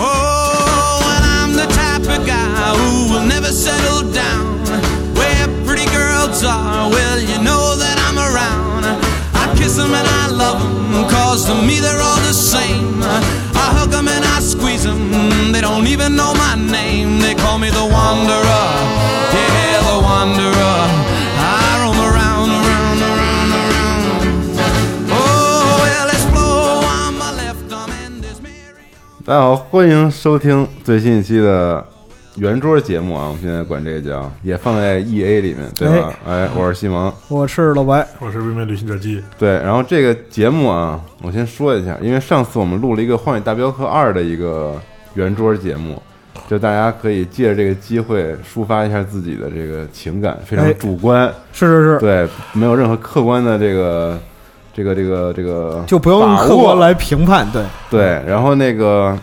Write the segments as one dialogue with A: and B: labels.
A: Oh, Cause to me they're all the same. I hug 'em and I squeeze 'em. They don't even know my name. They call me the wanderer. Yeah, the wanderer. I roam around, around, around, around. Oh, well, let's blow on my left arm and this merry.
B: 大家好，欢迎收听最新一期的圆桌节目啊！我们现在管这个叫，也放在 E A 里面，对吧？哎，我是西蒙。
C: 我是老白，
D: 我是未面旅行者记，
B: 对，然后这个节目啊，我先说一下，因为上次我们录了一个《荒野大镖客二》的一个圆桌节目，就大家可以借着这个机会抒发一下自己的这个情感，非
C: 哎
B: 常主观，
C: 是是是，
B: 对，没有任何客观的这个这个这个这个，
C: 就不要用客观来评判，对，
B: 对。然后那个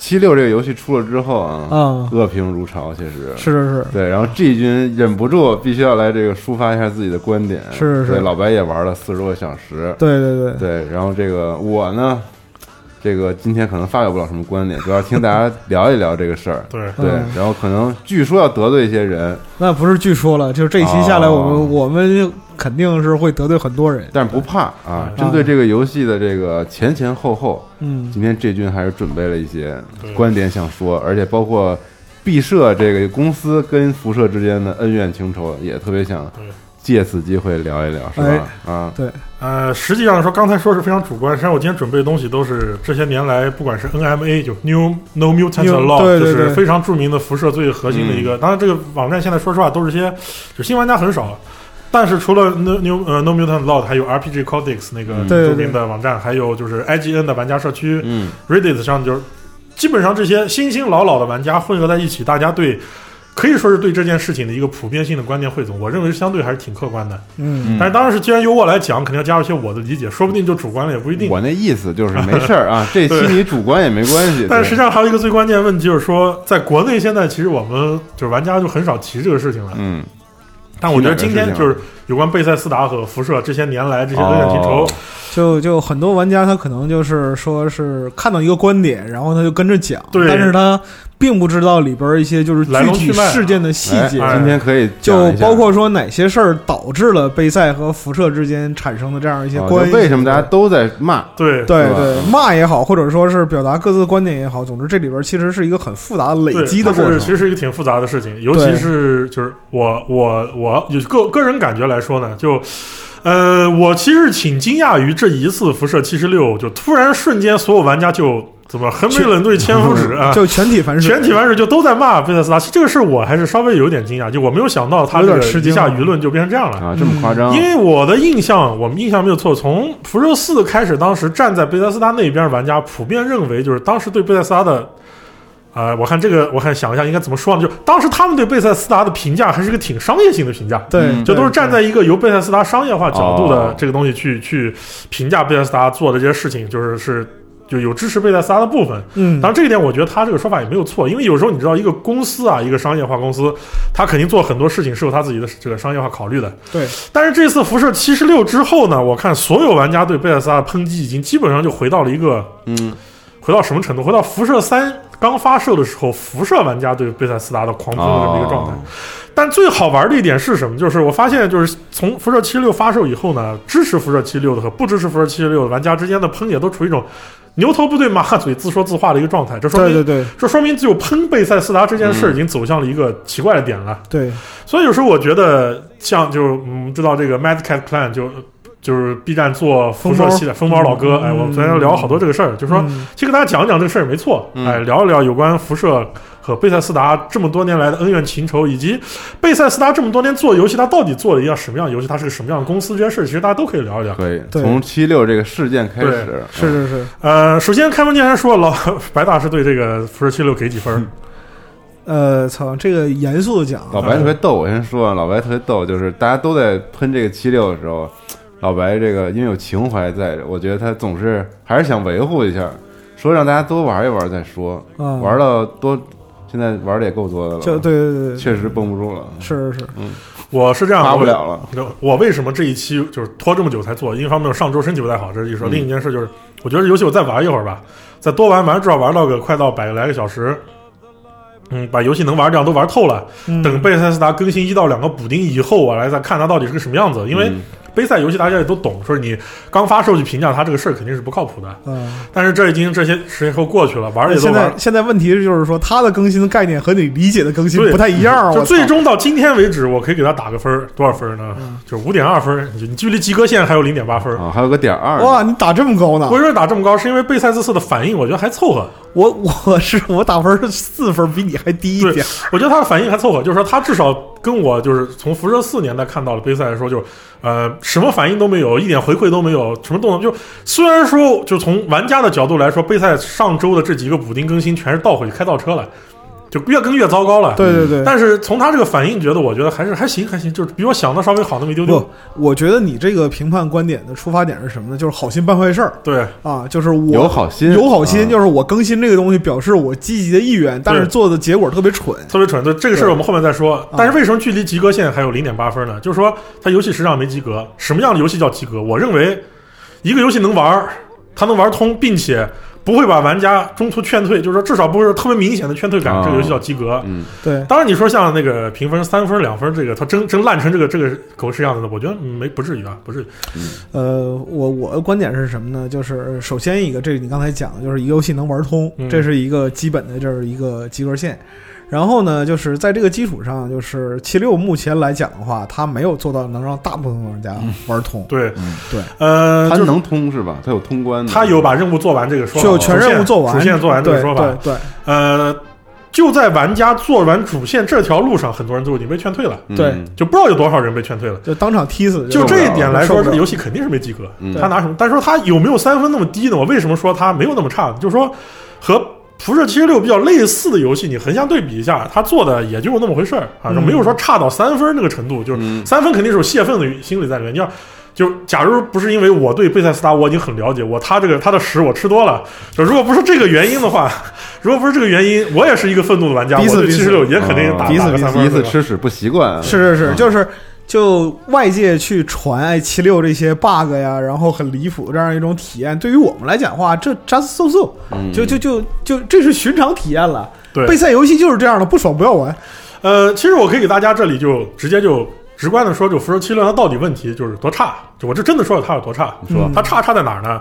B: 七六这个游戏出了之后啊，
C: 嗯
B: 恶评如潮，其实
C: 是是是，
B: 对，然后 G 君忍不住必须要来这个抒发一下自己的观点，
C: 是是
B: 对，老白也玩了四十多个小时，
C: 对对对，
B: 对，然后这个我呢，这个今天可能发表不了什么观点，主要听大家聊一聊这个事儿，
D: 对，
B: 对
C: 嗯，
B: 然后可能据说要得罪一些人，
C: 那不是据说了，就是这一期下来，
B: 哦
C: 我们我们肯定是会得罪很多人，
B: 但是不怕啊
D: 嗯，
B: 针对这个游戏的这个前前后后，
C: 嗯，
B: 今天 G 君还是准备了一些
D: 对
B: 观点想说，而且包括。毕设这个公司跟辐射之间的恩怨情仇，也特别想
D: 对哎
B: 借此机会聊一聊，是吧？啊，
C: 对，
D: 呃，实际上说刚才说是非常主观，实际上我今天准备的东西都是这些年来，不管是 NMA 就 New No Mutant
C: New-
D: Law，
C: 对对
D: 就
C: 对嗯
D: 是非常著名的辐射最核心的一个。当然，这个网站现在说实话都是些，就新玩家很少。但是除了 No New 呃 No Mutant Law，还有 RPG Codex 那个
B: 嗯
C: 对对
D: 著名的网站，还有就是 IGN 的玩家社区，
B: 嗯，
D: Reddit 上就是基本上这些新新老老的玩家混合在一起，大家对可以说是对这件事情的一个普遍性的观念汇总，我认为相对还是挺客观的。
B: 嗯
C: 嗯，
D: 但是当然是，既然由我来讲，肯定要加入一些我的理解，说不定就主观了，也不一定。
B: 我那意思就是没事 儿啊，这期
D: 对
B: 你主观也没关系。
D: 但
B: 对
D: 实际上还有一个最关键的问题，就是说，在国内现在其实我们就是玩家就很少提这个事情了。
B: 嗯，
D: 但我觉得今
B: 提哪
D: 天
B: 个事情
D: 就是有关贝塞斯达和辐射这些年来这些恩怨情仇
B: 哦，
C: 就就很多玩家他可能就是说是看到一个观点，然后他就跟着讲，
D: 对
C: 但是他并不知道里边一些就是
D: 来
C: 具
D: 龙
C: 体
D: 去脉
C: 事件的细节。
B: 啊哎今天可以讲
C: 就
B: 一下
C: 包括说哪些事儿导致了杯赛和辐射之间产生的这样一些
B: 啊
C: 关
B: 就
C: 系？
B: 为什么大家都在骂，
D: 对
C: 对
B: 是吧
C: 对，骂也好，或者说是表达各自的观点也好，总之这里边其实是一个很复杂的累
D: 对，
C: 积的
D: 它
C: 过
D: 是
C: 程。
D: 其实是一个挺复杂的事情，尤
C: 对
D: 其是就是我我我有个个人感觉来说呢，就。呃，我其实挺惊讶于这一次辐射七十六，就突然瞬间所有玩家就怎么横眉冷对千夫指啊，
C: 就全体反水，
D: 全体完事就都在骂贝塞斯达。这个事儿我还是稍微有点惊讶，就我没有想到他
C: 有
D: 这
C: 点
D: 个
C: 吃
D: 一
C: 惊
D: 下
C: 啊
D: 舆论就变成这样了。
B: 啊，这
C: 嗯
B: 么夸张
D: 因？为我的印象，我们印象没有错，从辐射四开始，当时站在贝塞斯达那边的玩家普遍认为，就是当时对贝塞斯达的，呃，我看这个，我看想一下应该怎么说呢？就当时他们对贝塞斯达的评价还是个挺商业性的评价，
C: 对
B: 嗯，
D: 就都是站在一个由贝塞斯达商业化角度
B: 哦
D: 的这个东西去去评价贝塞斯达做的这些事情，就是是就有支持贝塞斯达的部分，
C: 嗯，
D: 当然，这一点我觉得他这个说法也没有错，因为有时候你知道，一个公司啊，一个商业化公司，他肯定做很多事情是有他自己的这个商业化考虑的。
C: 对。
D: 但是这次辐射七十六之后呢，我看所有玩家对贝塞斯达的抨击已经基本上就回到了一个
B: 嗯，
D: 回到什么程度？回到辐射三刚发售的时候，辐射玩家对贝塞斯达的狂喷的这么一个状态。
B: 哦
D: 但最好玩的一点是什么？就是我发现，就是从辐射七六发售以后呢，支持辐射七六的和不支持辐射七六的玩家之间的喷也都处于一种牛头不对马嘴、自说自话的一个状态。这说
C: 对
D: 明，
C: 对对
D: 这说明只有喷贝塞斯达这件事儿已经走向了一个奇怪的点了。
C: 对，
D: 所以有时候我觉得，像就嗯，知道这个 Mad Cat Clan 就就是 B 站做辐射系的
C: 疯
D: 疯
C: 猫
D: 猫老哥，
C: 嗯
D: 哎，我们昨天聊了好多这个事儿，就说。
C: 嗯
D: 先给大家讲讲这个事儿也没错，
B: 嗯
D: 哎，聊一聊有关辐射和贝塞斯达这么多年来的恩怨情仇，以及贝塞斯达这么多年做游戏，他到底做了一样什么样的游戏，他是个什么样的公司，这些事儿其实大家都可以聊一聊。
B: 可以
C: 对
B: 从七六这个事件开始，
C: 是是是，
D: 呃，首先开门见山说，老白大师对这个辐射七六给几分儿？
C: 呃，操，这个严肃的讲啊，
B: 老白特别逗，我先说啊，老白特别逗，就是大家都在喷这个七六的时候，老白这个因为有情怀在，我觉得他总是还是想维护一下，说让大家多玩一玩再说，
C: 嗯
B: 玩到多，现在玩的也够多的了，
C: 就对对对对，
B: 确实绷不住了，
C: 是是是，
D: 我是这样，
B: 发不
D: 我
B: 了了。
D: 我为什么这一期就是拖这么久才做？一方面我上周身体不太好，这是一
B: 嗯
D: 说；另一件事就是，我觉得这游戏我再玩一会儿吧，再多玩玩，至少玩到个快到百来个小时，嗯，把游戏能玩这样都玩透了。
C: 嗯
D: 等贝塞斯达更新一到两个补丁以后，我来再看它到底是个什么样子。因为
B: 嗯
D: 贝杯赛游戏大家也都懂，说你刚发售就评价它这个事儿肯定是不靠谱的。
C: 嗯，
D: 但是这已经这些时间都过去了，玩儿也都
C: 现
D: 玩儿
C: 在现在问题就是说，它的更新的概念和你理解的更新
D: 对
C: 不太一样。
D: 就
C: 我
D: 最
C: 操
D: 终到今天为止，我可以给他打个分儿，多少分儿呢？
C: 嗯
D: 就是五点二分儿，你你距离及格线还有零点八分儿。
B: 啊，还有个点二呢，
C: 哇，你打这么高呢？
D: 为什么打这么高？是因为贝塞斯四的反应，我觉得还凑合。
C: 我我是我打分是四分，比你还低一
D: 对
C: 点。，
D: 我觉得他的反应还凑合，就是说他至少跟我就是从辐射四年代看到了杯赛来说，就是呃什么反应都没有，一点回馈都没有，什么动作就虽然说就从玩家的角度来说，杯赛上周的这几个补丁更新全是倒回开倒车了，就越更越糟糕了。
C: 对对对，
D: 但是从他这个反应，觉得我觉得还是还行还行，就是比我想的稍微好那么一丢丢
C: 不。，我觉得你这个评判观点的出发点是什么呢？就是好心办坏事儿
D: 对，
C: 啊，就是我
B: 有好心，
C: 有好心，
B: 啊
C: 就是我更新这个东西表示我积极的意愿，但是
D: 对
C: 做的结果特别蠢。
D: 特别蠢。对这个事儿我们后面再说。
C: 嗯
D: 但是为什么距离及格线还有零点八分呢？就是说它游戏时长没及格。什么样的游戏叫及格？我认为一个游戏能玩儿，它能玩通，并且。不会把玩家中途劝退，就是说至少不会有特别明显的劝退感，
B: 啊
D: 这个游戏叫及格。
B: 嗯，
C: 对，
D: 当然，你说像那个评分三分、两分，这个它真真烂成这个这个狗屎样子的，我觉得没不至于啊，不至于。
C: 呃，我我的观点是什么呢？就是首先一个，这个你刚才讲的，就是一个游戏能玩通，
D: 嗯
C: 这是一个基本的，这是一个及格线。然后呢，就是在这个基础上，就是七六目前来讲的话，它没有做到能让大部分玩家玩通。
D: 嗯对，
C: 对，
D: 呃，
B: 他
D: 就是
B: 能通是吧？他有通关的，
D: 他有把任务做完这个说法，
C: 嗯就全任务做完，
D: 主线做完这
C: 对
D: 个说法。
C: 对对
D: 呃，就在玩家做完主线这条路上，很多人都已经被劝退了，
B: 嗯
C: 对
D: 就不知道有多少人被劝退了。
C: 就当场踢死。
D: 就这一点来说，
C: 受不
D: 这
C: 了
D: 个游戏肯定是没及格。
B: 嗯
D: 他拿什么？但是说他有没有三分那么低呢？我为什么说他没有那么差呢？就是说和。辐射七十六比较类似的游戏，你横向对比一下，他做的也就那么回事儿啊，就
C: 嗯
D: 没有说差到三分这个程度。就是
B: 嗯
D: 三分肯定是有泄愤的心理在里面。你要就假如不是因为我对贝塞斯达我已经很了解，我他这个他的屎我吃多了，就如果不是这个原因的话， 如果不是这个原因，我也是一个愤怒的玩家，我
C: 逼死
D: 对
C: 逼
D: 七
C: 死
D: 十六也肯定打
B: 啊
D: 打
C: 逼死
D: 个
C: 逼死
D: 三
B: 第
D: 分。
B: 一次
D: 对吧
B: 吃屎不习惯，
C: 是是是，
B: 嗯
C: 就是就外界去传哎七六这些 bug 呀，然后很离谱这样一种体验，对于我们来讲的话，这 just so so，
B: 嗯
C: 就就就就这是寻常体验了。
D: 对
C: 备赛游戏就是这样的，不爽不要玩。
D: 呃，其实我可以给大家这里就直接就直观的说，就辐射七六它到底问题就是多差？就我这真的说了它有多差，
B: 你说
D: 它差差在哪儿呢？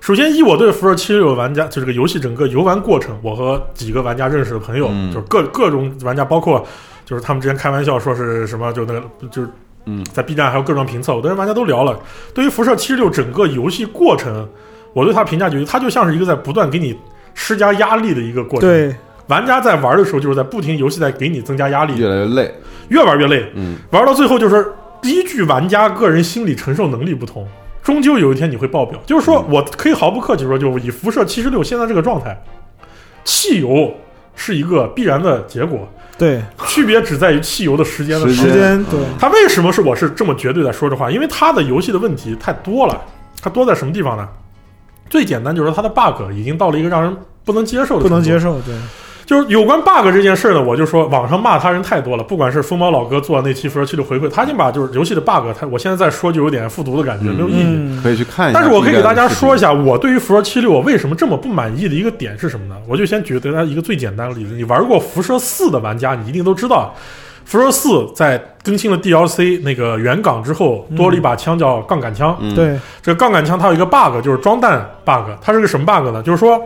D: 首先，以我对辐射七六玩家，就这个游戏整个游玩过程，我和几个玩家认识的朋友，
B: 嗯
D: 就是各各种玩家，包括就是他们之前开玩笑说是什么，就那个就是
B: 嗯
D: 在 B 站还有各种评测，我跟玩家都聊了。对于辐射七十六整个游戏过程，我对它评价就是，它就像是一个在不断给你施加压力的一个过程。，
C: 对，
D: 玩家在玩的时候，就是在不停游戏在给你增加压力，
B: 越来越累，
D: 越玩越累，
B: 嗯，
D: 玩到最后就是依据玩家个人心理承受能力不同，终究有一天你会爆表。就是说，
B: 嗯
D: 我可以毫不客气说，就以辐射七十六现在这个状态，汽油是一个必然的结果，
C: 对，
D: 区别只在于汽油的时间的
B: 时
D: 长
C: 时间
B: 间
C: 对，
D: 它为什么是我是这么绝对在说这话？因为它的游戏的问题太多了，它多在什么地方呢？最简单就是说它的 bug 已经到了一个让人不能接受的，
C: 不能接
D: 受。
C: 受。对，
D: 就是有关 bug 这件事呢，我就说网上骂他人太多了，不管是疯猫老哥做的那期辐射七的回馈，他已经把就是游戏的 bug，他我现在再说就有点复读的感觉，
B: 嗯
D: 没有意义。
C: 嗯，
B: 可以去看一下。
D: 但是我可以给大家说一，下，我对于辐射七六我为什么这么不满意的一个点是什么呢？我就先举给大家一个最简单的例子，你玩过辐射四的玩家，你一定都知道，辐射四在更新了 DLC 那个原港之后，多了一把枪叫杠杆枪。
B: 嗯，
C: 对，
D: 这个杠杆枪它有一个 bug，就是装弹 bug。它是个什么 bug 呢？就是说，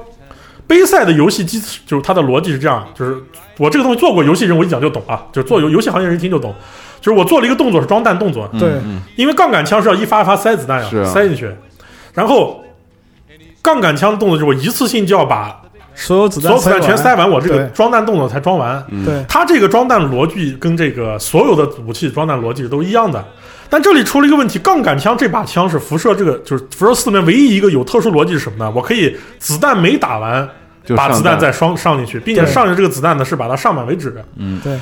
D: 杯赛的游戏机制就是它的逻辑是这样，就是我这个东西做过游戏人，我一讲就懂啊，就是做游游戏行业人一听就懂。就是我做了一个动作是装弹动作，
B: 嗯
C: 对
B: 嗯
D: 因为杠杆枪是要一发一发塞子弹呀、
B: 是啊
D: 塞进去，然后杠杆枪的动作就是我一次性就要把
C: 所有子
D: 所
C: 弹
D: 有子弹全塞
C: 完。
D: 完，我这个
C: 对
D: 装弹动作才装完。
B: 嗯
C: 对，
D: 它这个装弹逻辑跟这个所有的武器装弹逻辑都一样的，但这里出了一个问题，杠杆枪这把枪是辐射这个就是辐射四里面唯一一个有特殊逻辑是什么呢？我可以子弹没打完，
B: 就
D: 把
B: 上
D: 子弹再双上进去，并且
C: 对
D: 上进这个子弹呢是把它上满为止。
C: 对，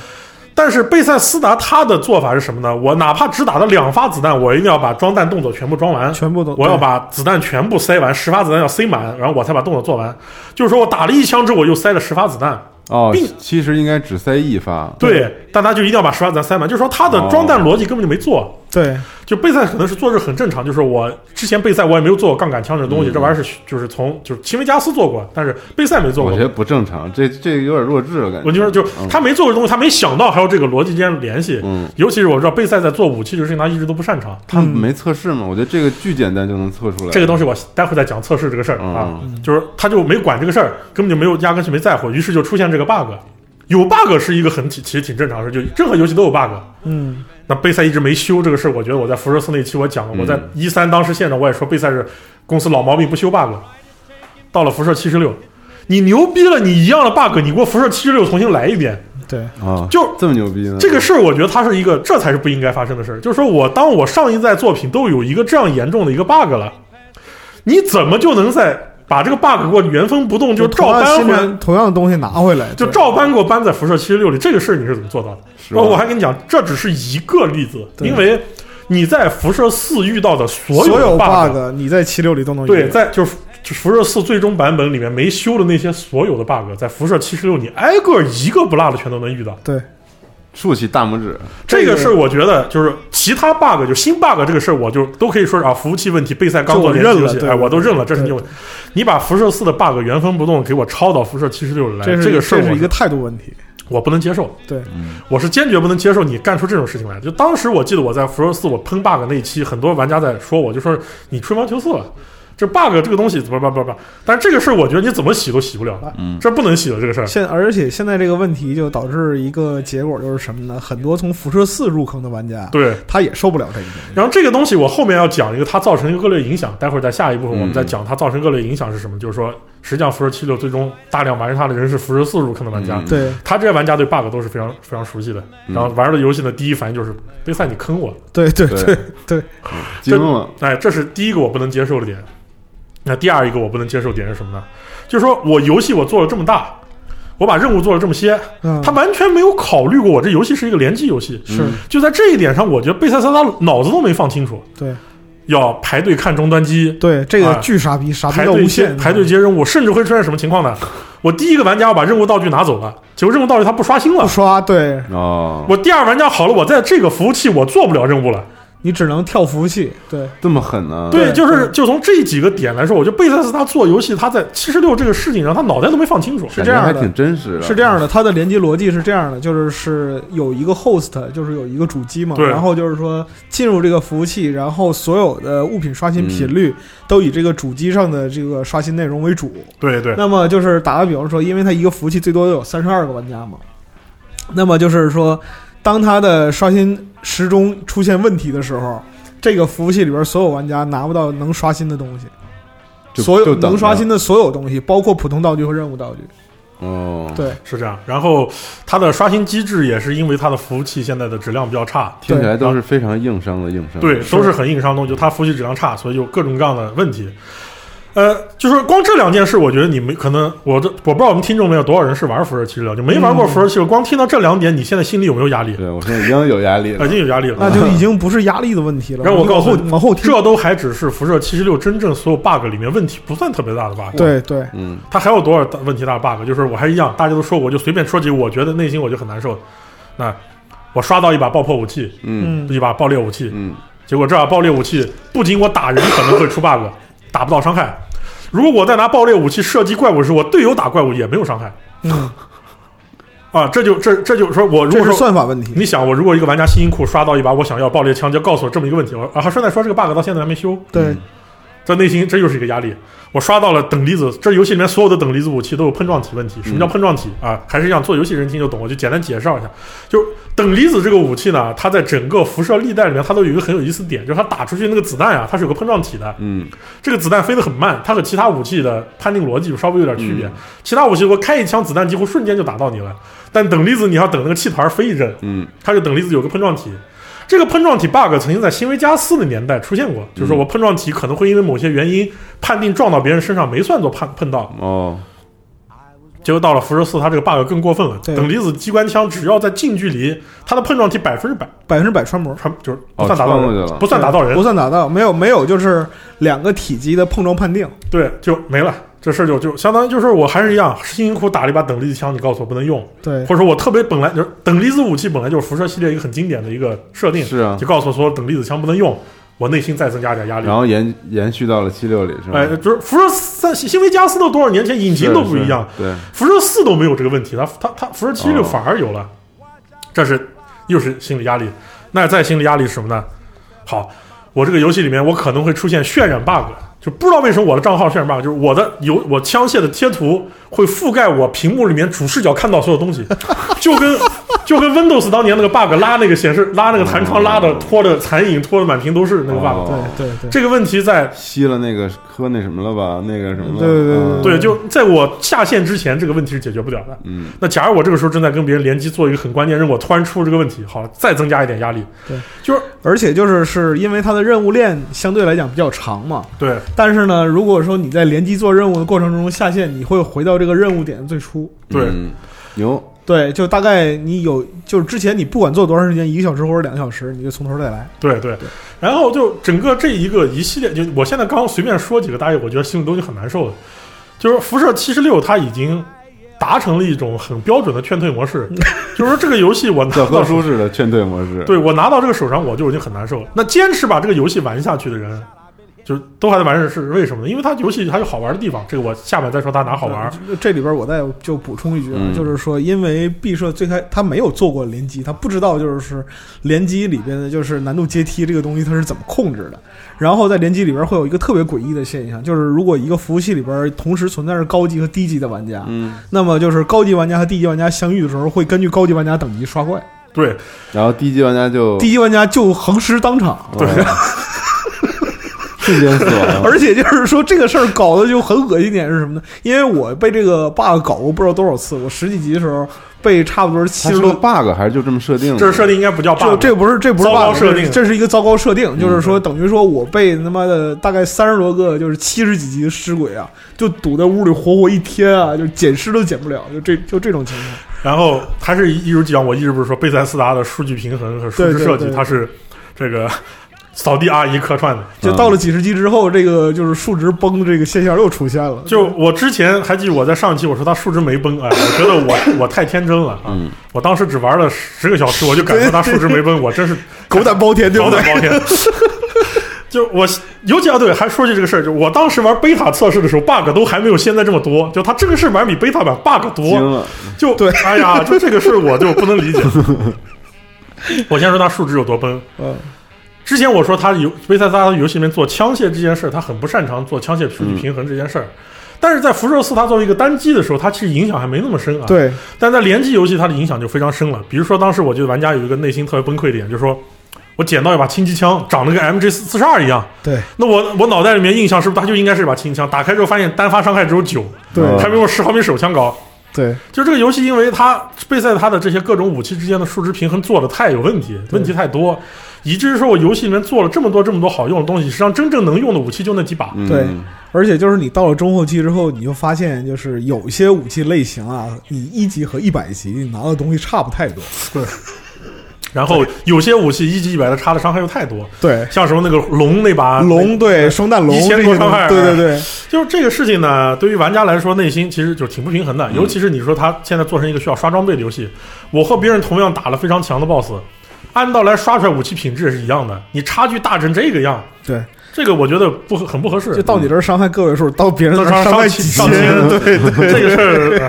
D: 但是贝塞斯达他的做法是什么呢？我哪怕只打了两发子弹，我一定要把装弹动作全部装完，
C: 全部都
D: 我要把子弹全部塞完，十发子弹要塞满，然后我才把动作做完。就是说我打了一枪之后，我又塞了十发子弹，
B: 哦
D: 并，
B: 其实应该只塞一发，哦
D: 对，但他就一定要把十发子弹塞满，就是说他的装弹逻辑根本就没做。
C: 对，
D: 就备赛可能是做这很正常，就是我之前备赛我也没有做过杠杆枪这东西，
B: 嗯
D: 这玩意儿是就是从就是奇维加斯做过，但是备赛没做
B: 我
D: 过
B: 觉。得不正常，这这有点弱智了，感觉。
D: 我就是就是
B: 嗯
D: 他没做过这东西，他没想到还有这个逻辑之间的联系。
B: 嗯，
D: 尤其是我知道备赛在做武器这个事情，他一直都不擅长。
B: 他
C: 嗯
B: 没测试吗？我觉得这个巨简单就能测出来。
D: 这个东西我待会儿再讲测试这个事儿啊。
B: 嗯，
D: 就是他就没管这个事儿，根本就没有压根就没在乎，于是就出现这个 bug。有 bug 是一个很其其实挺正常的事，就任何游戏都有 bug。
C: 嗯
D: 那贝赛一直没修这个事儿，我觉得我在辐射四那期我讲过，
B: 嗯
D: 我在一三当时现场我也说贝赛是公司老毛病不修 bug。到了辐射七十六，你牛逼了，你一样的 bug，你给我辐射七十六重新来一遍，
C: 对，
B: 啊，
D: 就
B: 这么牛逼呢？
D: 这个事儿，我觉得它是一个，这才是不应该发生的事儿。就是说我当我上一代作品都有一个这样严重的一个 bug 了，你怎么就能在把这个 bug 给我原封不动就照
C: 同样
D: 搬
C: 新
D: 回来？
C: 产同样的东西拿回来，
D: 就
C: 对
D: 照搬给我搬在辐射七十六里，这个事儿你是怎么做到的？
B: 是吧
D: 我我还跟你讲，这只是一个例子，
C: 对
D: 因为你在辐射四遇到的所
C: 所
D: 有
C: 有
D: 的 bug，
C: bug 你在七六里都能
D: 对，
C: 有
D: 在就是就辐射四最终版本里面没修的那些所有的 bug，在辐射七十六你挨个一个不落的全都能遇到。
C: 对，
B: 竖起大拇指，
D: 这个
C: 这个
D: 事儿我觉得就是其他 bug，就新 bug 这个事儿，我就都可以说是啊，服务器问题，备赛刚做
C: 就我
D: 联机
C: 认
D: 游
C: 了
D: 戏，
C: 对
D: 哎，我都认了，这是
C: 对
D: 你有。你把辐射四的 bug 原封不动给我抄到辐射七十六来，
C: 这是
D: 这个事儿
C: 是一个
D: 我嗯
C: 态度问题，
D: 我不能接受，
C: 对，
D: 我是坚决不能接受你干出这种事情来。就当时我记得我在辐射四我喷 bug 那一期，很多玩家在说我，就说你吹毛求疵了。这 bug 这个东西，不不不不，但是这个事儿，我觉得你怎么洗都洗不了了，
B: 嗯
D: 这不能洗的这个事儿。
C: 现而且现在这个问题就导致一个结果就是什么呢？很多从辐射四入坑的玩家，
D: 对，
C: 他也受不了这一点，
D: 然后这个东西我后面要讲一个它造成一个恶劣影响，待会儿在下一部
B: 嗯
D: 分我们再讲它造成恶劣影响是什么。就是说，实际上辐射七六最终大量玩它的人是辐射四入坑的玩家，
B: 嗯
C: 对
D: 他这些玩家对 bug 都是非常非常熟悉的。
B: 嗯
D: 然后玩了游戏呢，第一反应就是杯赛你坑我，
C: 对对
B: 对
C: 对，
B: 惊了，
D: 哎，这是第一个我不能接受的点。那第二一个我不能接受的点是什么呢？就是说我游戏我做了这么大，我把任务做了这么些，
C: 嗯，
D: 他完全没有考虑过我这游戏是一个联机游戏。
C: 是
B: 嗯
D: 就在这一点上，我觉得贝塞斯他脑子都没放清楚，
C: 对
D: 要排队看终端机，
C: 对这个
D: 哎
C: 巨傻逼，傻逼
D: 排
C: 到
D: 队
C: 无
D: 接
C: 限，啊嗯
D: 排队接任务，甚至会出现什么情况呢？我第一个玩家我把任务道具拿走了，结果任务道具它不刷新
C: 不
D: 了。
C: 刷，对
B: 哦，
D: 我第二玩家好了，我在这个服务器我做不了任务了。
C: 你只能跳服务器，对
B: 这么狠呢？
D: 啊对，
C: 对
D: 就是就从这几个点来说，我觉得贝塞斯他做游戏，他在七十六这个事情上，他脑袋都没放清楚。
C: 是
B: 感
C: 这
B: 觉
C: 样
B: 还
C: 的
B: 挺真实的，
C: 是这样的，它的联机逻辑是这样的，就是是有一个 host，就是有一个主机嘛，
D: 对
C: 然后就是说进入这个服务器，然后所有的物品刷
B: 嗯
C: 新频率都以这个主机上的这个刷新内容为主。
D: 对对
C: 那么就是打个比方说，因为它一个服务器最多有三十二个玩家嘛，那么就是说，当它的刷新时钟出现问题的时候，这个服务器里边所有玩家拿不到能刷新的东西。
B: 就
C: 所有
B: 就等
C: 能刷
B: 着
C: 新的所有东西，包括普通道具和任务道具。
B: 哦，
C: 对，
D: 是这样。然后它的刷新机制也是因为它的服务器现在的质量比较差，
B: 听起来都是非常硬伤的硬伤，
D: 对，都是很硬伤的东西，就它服务器质量差，所以有各种各样的问题。呃，就是光这两件事，我觉得你们可能我这我不知道我们听众里有多少人是玩辐射七六，就没玩过
C: 嗯
D: 辐射七六，光听到这两点，你现在心里有没有压力？
B: 对，我现在已经有压力
D: 啊，已
B: 了，
D: 经有压力了。
C: 那就已经不是压力的问题了。
D: 让我
C: 们
D: 告诉
C: 往
D: 你
C: 后往后听，
D: 这都还只是辐射七十六真正所有 bug 里面问题不算特别大的 bug。，
C: 对对，
B: 嗯，
D: 它还有多少大问题大的 bug？就是我还一样，大家都说我就随便说几个，我觉得内心我就很难受。那我刷到一把爆破武器，
B: 嗯
C: 嗯，
D: 一把爆裂武器，
B: 嗯
D: 结果这把爆裂武器不仅我打人可能会出 bug，打不到伤害。如果我在拿爆裂武器射击怪物时，我队友打怪物也没有伤害
C: 嗯，
D: 啊！这就这这就是说我如
C: 这
D: 果
C: 是
D: 说
C: 算法问题。
D: 你想，我如果一个玩家辛辛苦苦刷到一把我想要爆裂枪，就告诉我这么一个问题，我啊还顺带说这个 bug 到现在还没修，
C: 对，
D: 这内心这又是一个压力。我刷到了等离子，这游戏里面所有的等离子武器都有碰撞体问题。什
B: 嗯
D: 么叫碰撞体啊？还是让做游戏人听就懂，我就简单介绍一下。就是等离子这个武器呢，它在整个辐射历代里面，它都有一个很有意思的点，就是它打出去那个子弹啊，它是有个碰撞体的。
B: 嗯
D: 这个子弹飞得很慢，它和其他武器的判定逻辑稍微有点区别。
B: 嗯
D: 其他武器我开一枪，子弹几乎瞬间就打到你了，但等离子你要等那个气团飞一阵，
B: 嗯
D: 它这个等离子有个碰撞体。这个碰撞体 bug 曾经在新维加斯的年代出现过，就是说
B: 嗯
D: 我碰撞体可能会因为某些原因判定撞到别人身上没算作判碰到，
B: 哦，
D: 结果到了辐射四，它这个 bug 更过分了。
C: 对
D: 等离子机关枪只要在近距离，它的碰撞体百分之百
C: 百分之百穿模，
D: 穿就是不
B: 哦
D: 算打到
B: 穿过
D: 人，
B: 去了
D: 不算打到人
C: 不，算打到，没有没有，就是两个体积的碰撞判定。
D: 对，就没了。这事儿就就相当于就是我还是一样辛辛苦苦打了一把等离子枪，你告诉我不能用，
C: 对
D: 或，者说我特别本来就是等离子武器本来就是辐射系列一个很经典的一个设定，
B: 是啊
D: 就告诉我说等离子枪不能用，我内心再增加点压力
B: 然。后延延续到了七六里是吧？
D: 哎，就是辐射三新维加斯都多少年前，引
B: 是
D: 擎都不一样，，
B: 是对，
D: 辐射四都没有这个问题，它它它辐射七六
B: 哦
D: 反而有了，这是又是心理压力。那再心理压力是什么呢？好，我这个游戏里面我可能会出现渲染 bug，就不知道为什么我的账号渲染 bug，就是我的有我枪械的贴图会覆盖我屏幕里面主视角看到所有东西， 就跟就跟 Windows 当年那个 bug 拉那个显示拉那个弹窗拉的拖的残影拖的满屏都是那个 bug，、
B: 哦
C: 对对对，
D: 这个问题在
B: 吸了那个喝那什么了吧？那个什么了？
C: 对对对
B: 嗯
D: 对，就在我下线之前，这个问题是解决不了的。
B: 嗯，
D: 那假如我这个时候正在跟别人联机做一个很关键任务，我突然出了这个问题，好，再增加一点压力。
C: 对，
D: 就是
C: 而且就是是因为它的任务链相对来讲比较长嘛，
D: 对
C: 但是呢，如果说你在联机做任务的过程中下线，你会回到这个任务点的最初。
D: 对
B: 嗯牛，
C: 对，就大概你有，就是之前你不管做多长时间，一个小时或者两个小时，你就从头再来。
D: 对对。然后就整个这一个一系列，就我现在刚刚随便说几个，大家我觉得心里都已经很难受了。就是辐射七十六，它已经达成了一种很标准的劝退模式，就是说这个游戏我拿
B: 教科
D: 到
B: 书式的劝退模式。
D: 对我拿到这个手上，我就已经很难受了。那坚持把这个游戏玩下去的人，就是都还在玩是为什么呢？因为它游戏还有好玩的地方，这个我下面再说它哪好玩。
C: 呃这这里边我再就补充一句啊，
B: 嗯
C: 就是说，因为毕设最开他没有做过联机，他不知道就是联机里边的就是难度阶梯这个东西它是怎么控制的。然后在联机里边会有一个特别诡异的现象，就是如果一个服务器里边同时存在着高级和低级的玩家，
B: 嗯，
C: 那么就是高级玩家和低级玩家相遇的时候，会根据高级玩家等级刷怪，
D: 对
B: 然后低级玩家就
C: 低级玩家就横尸当场。
B: 对，瞬间死亡。
C: 而且就是说这个事儿搞得就很恶心点是什么呢？因为我被这个 bug 搞过不知道多少次，我十几级的时候被差不多七
B: 它
C: 十
B: 是
C: 多
B: 个 bug 还是就这么设定的？
D: 这设定应该不叫 bug，
C: 就这不是这不是
D: 糟糕
C: bug，
D: 设
C: 这是
D: 定
C: 这是一个糟糕设定，就是说
D: 嗯
C: 等于说我被他妈的大概三十多个就是七十几级的尸鬼啊，就堵在屋里活活一天啊，就捡尸都捡不了，就这就这种情况。
B: 嗯
D: 然后还是一如既往，我一直不是说贝塞斯达的数据平衡和数
C: 对
D: 值
C: 对
D: 设计，
C: 对
D: 它是这个 扫地阿姨客串的。
C: 就到了几十级之后，这个就是数值崩的这个现象又出现了。
D: 就我之前还记得我在上期我说它数值没崩，哎，我觉得我我太天真了啊！
B: 嗯
D: 我当时只玩了十个小时，我就感觉它数值没崩，我真是
C: 狗胆包天，对 不
D: 有
C: 对
D: 点？抱歉。就我尤其啊，对，还说起这个事儿，就我当时玩贝塔测试的时候，bug 都还没有现在这么多。就它这个事儿玩比贝塔版 bug 多
B: 惊，了，
D: 就
C: 对
D: 哎呀，就这个事儿我就不 能理解。我先说它数值有多崩。
C: 嗯，
D: 之前我说它游贝塞斯达的游戏里面做枪械这件事儿，它很不擅长做枪械数据平衡这件事儿。但是在辐射四，它作为一个单机的时候，它其实影响还没那么深啊。
C: 对，
D: 但在联机游戏，它的影响就非常深了。比如说，当时我觉得玩家有一个内心特别崩溃的点，就是说我捡到一把轻机枪，长得跟 MG 四四十二一样。
C: 对，
D: 那我我脑袋里面印象是不是它就应该是一把轻机枪？打开之后发现单发伤害只有九，
C: 对
B: 嗯
D: 还没有十毫米手枪高。
C: 对，
D: 就这个游戏，因为它贝塞它的这些各种武器之间的数值平衡做的太有问题，
C: 对
D: 问题太多，以至于说我游戏里面做了这么多这么多好用的东西，实际上真正能用的武器就那几把。
B: 嗯
C: 对而且就是你到了中后期之后，你就发现就是有些武器类型啊，你一级和一百级你拿的东西差不太多。
D: 然后有些武器一级一百的差的伤害又太多，
C: 对，
D: 像什么那个龙啊那把
C: 龙对双弹龙
D: 一
C: 这
D: 千
C: 些
D: 多
C: 东
D: 伤害
C: 西，对对对，
D: 就是这个事情呢，对于玩家来说，内心其实就是挺不平衡
C: 嗯
D: 的。尤其是你说他现在做成一个需要刷装备的游戏，我和别人同样打了非常强的 BOSS，按道来刷出来武器品质也是一样的，你差距大成这个样，
C: 对，
D: 这个我觉得不合很不合适。
C: 就到你这儿伤害个位数，到别人那
D: 那
C: 儿伤害
D: 上
C: 几
D: 上
C: 千，
D: 千，
C: 对对，
D: 这个事 儿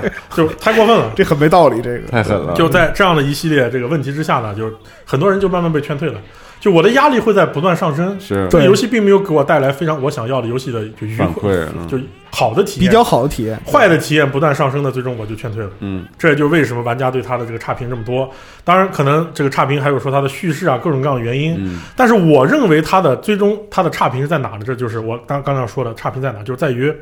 D: 呃就太过分了。
C: 这很没道理。这个
B: 太狠了，
D: 就在这样的一系列这个问题之下呢，就是很多人就慢慢被劝退了。就我的压力会在不断上升，
B: 是
D: 这
C: 对
D: 个游戏并没有给我带来非常我想要的游戏的就愉
B: 反
D: 快，
B: 馈，嗯
D: 就好的体
C: 比
D: 验。
C: 较好的体验，
D: 坏的体验不断上升的，最终我就劝退了。
B: 嗯
D: 这也就是为什么玩家对他的这个差评这么多。当然，可能这个差评还有说他的叙事啊，各种各样的原因。
B: 嗯
D: 但是我认为他的最终他的差评是在哪呢？这就是我刚刚才要说的差评在哪，就是在于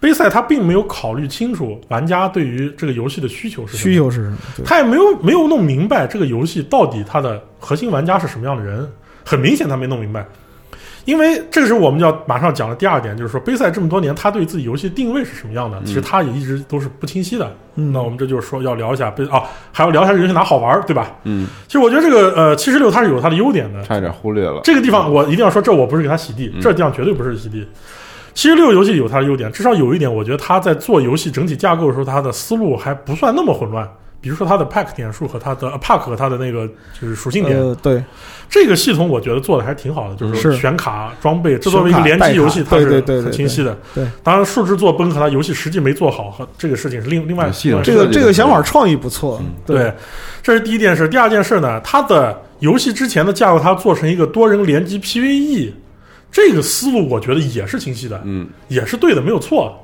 D: 杯赛他并没有考虑清楚玩家对于这个游戏的需求是什么
C: 需，求是什么？对
D: 他也没有没有弄明白这个游戏到底它的核心玩家是什么样的人。很明显，他没弄明白。因为这是我们要马上讲的第二点，就是说杯赛这么多年，他对自己游戏定位是什么样的，其实他也一直都是不清晰的。
C: 嗯
D: 那我们这就是说要聊一下杯哦，还要聊一下这游戏哪好玩儿，对吧？
B: 嗯，
D: 其实我觉得这个呃七十六它是有它的优点的，
B: 差一点忽略了
C: 嗯
D: 这个地方我一定要说，这我不是给他洗地，
B: 嗯
D: 这地方绝对不是洗地。七十六游戏有它的优点，至少有一点，我觉得它在做游戏整体架构的时候，它的思路还不算那么混乱。比如说它的 pack 点数和它的呃 pack 和它的那个就是属性点，
C: 呃，对，
D: 这个系统我觉得做的还挺好的，就是说
C: 是
D: 选卡、装备，这作为一个
C: 选卡
D: 联机游戏，
C: 带卡
D: 它是
C: 对对对对
D: 很清晰的。
C: 对对
D: 当然数值做崩和它游戏实际没做好和这个事情是另另外
B: 嗯系统
D: 另外
C: 这
B: 设
C: 个
B: 计
C: 这
B: 的
C: 个想法创意不错
B: 嗯，
D: 对，这是第一件事。第二件事呢，它的游戏之前的架构，它做成一个多人联机 PVE，这个思路我觉得也是清晰的，
B: 嗯，
D: 也是对的，没有错。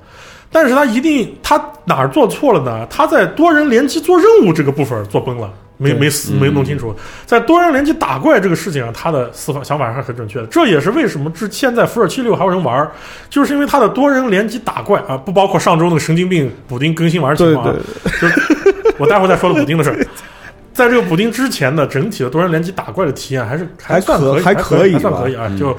D: 但是它一定，它哪儿做错了呢？它在多人联机做任务这个部分做崩了，没
C: 对嗯
D: 没死没弄清楚。在多人联机打怪这个事情上，他的思法想法还是很准确的。这也是为什么至现在辐射七六还有人玩儿，就是因为它的多人联机打怪啊，不包括上周那个神经病补丁更新玩儿情
C: 对
D: 况啊
C: 对，
D: 我待会儿再说了补丁的事儿。在这个补丁之前的整体的多人联机打怪的体验还是还
C: 还
D: 算
C: 可
D: 以，
C: 还
D: 还
C: 可以
D: 还算
C: 吧
D: 可以啊。
B: 嗯
D: 就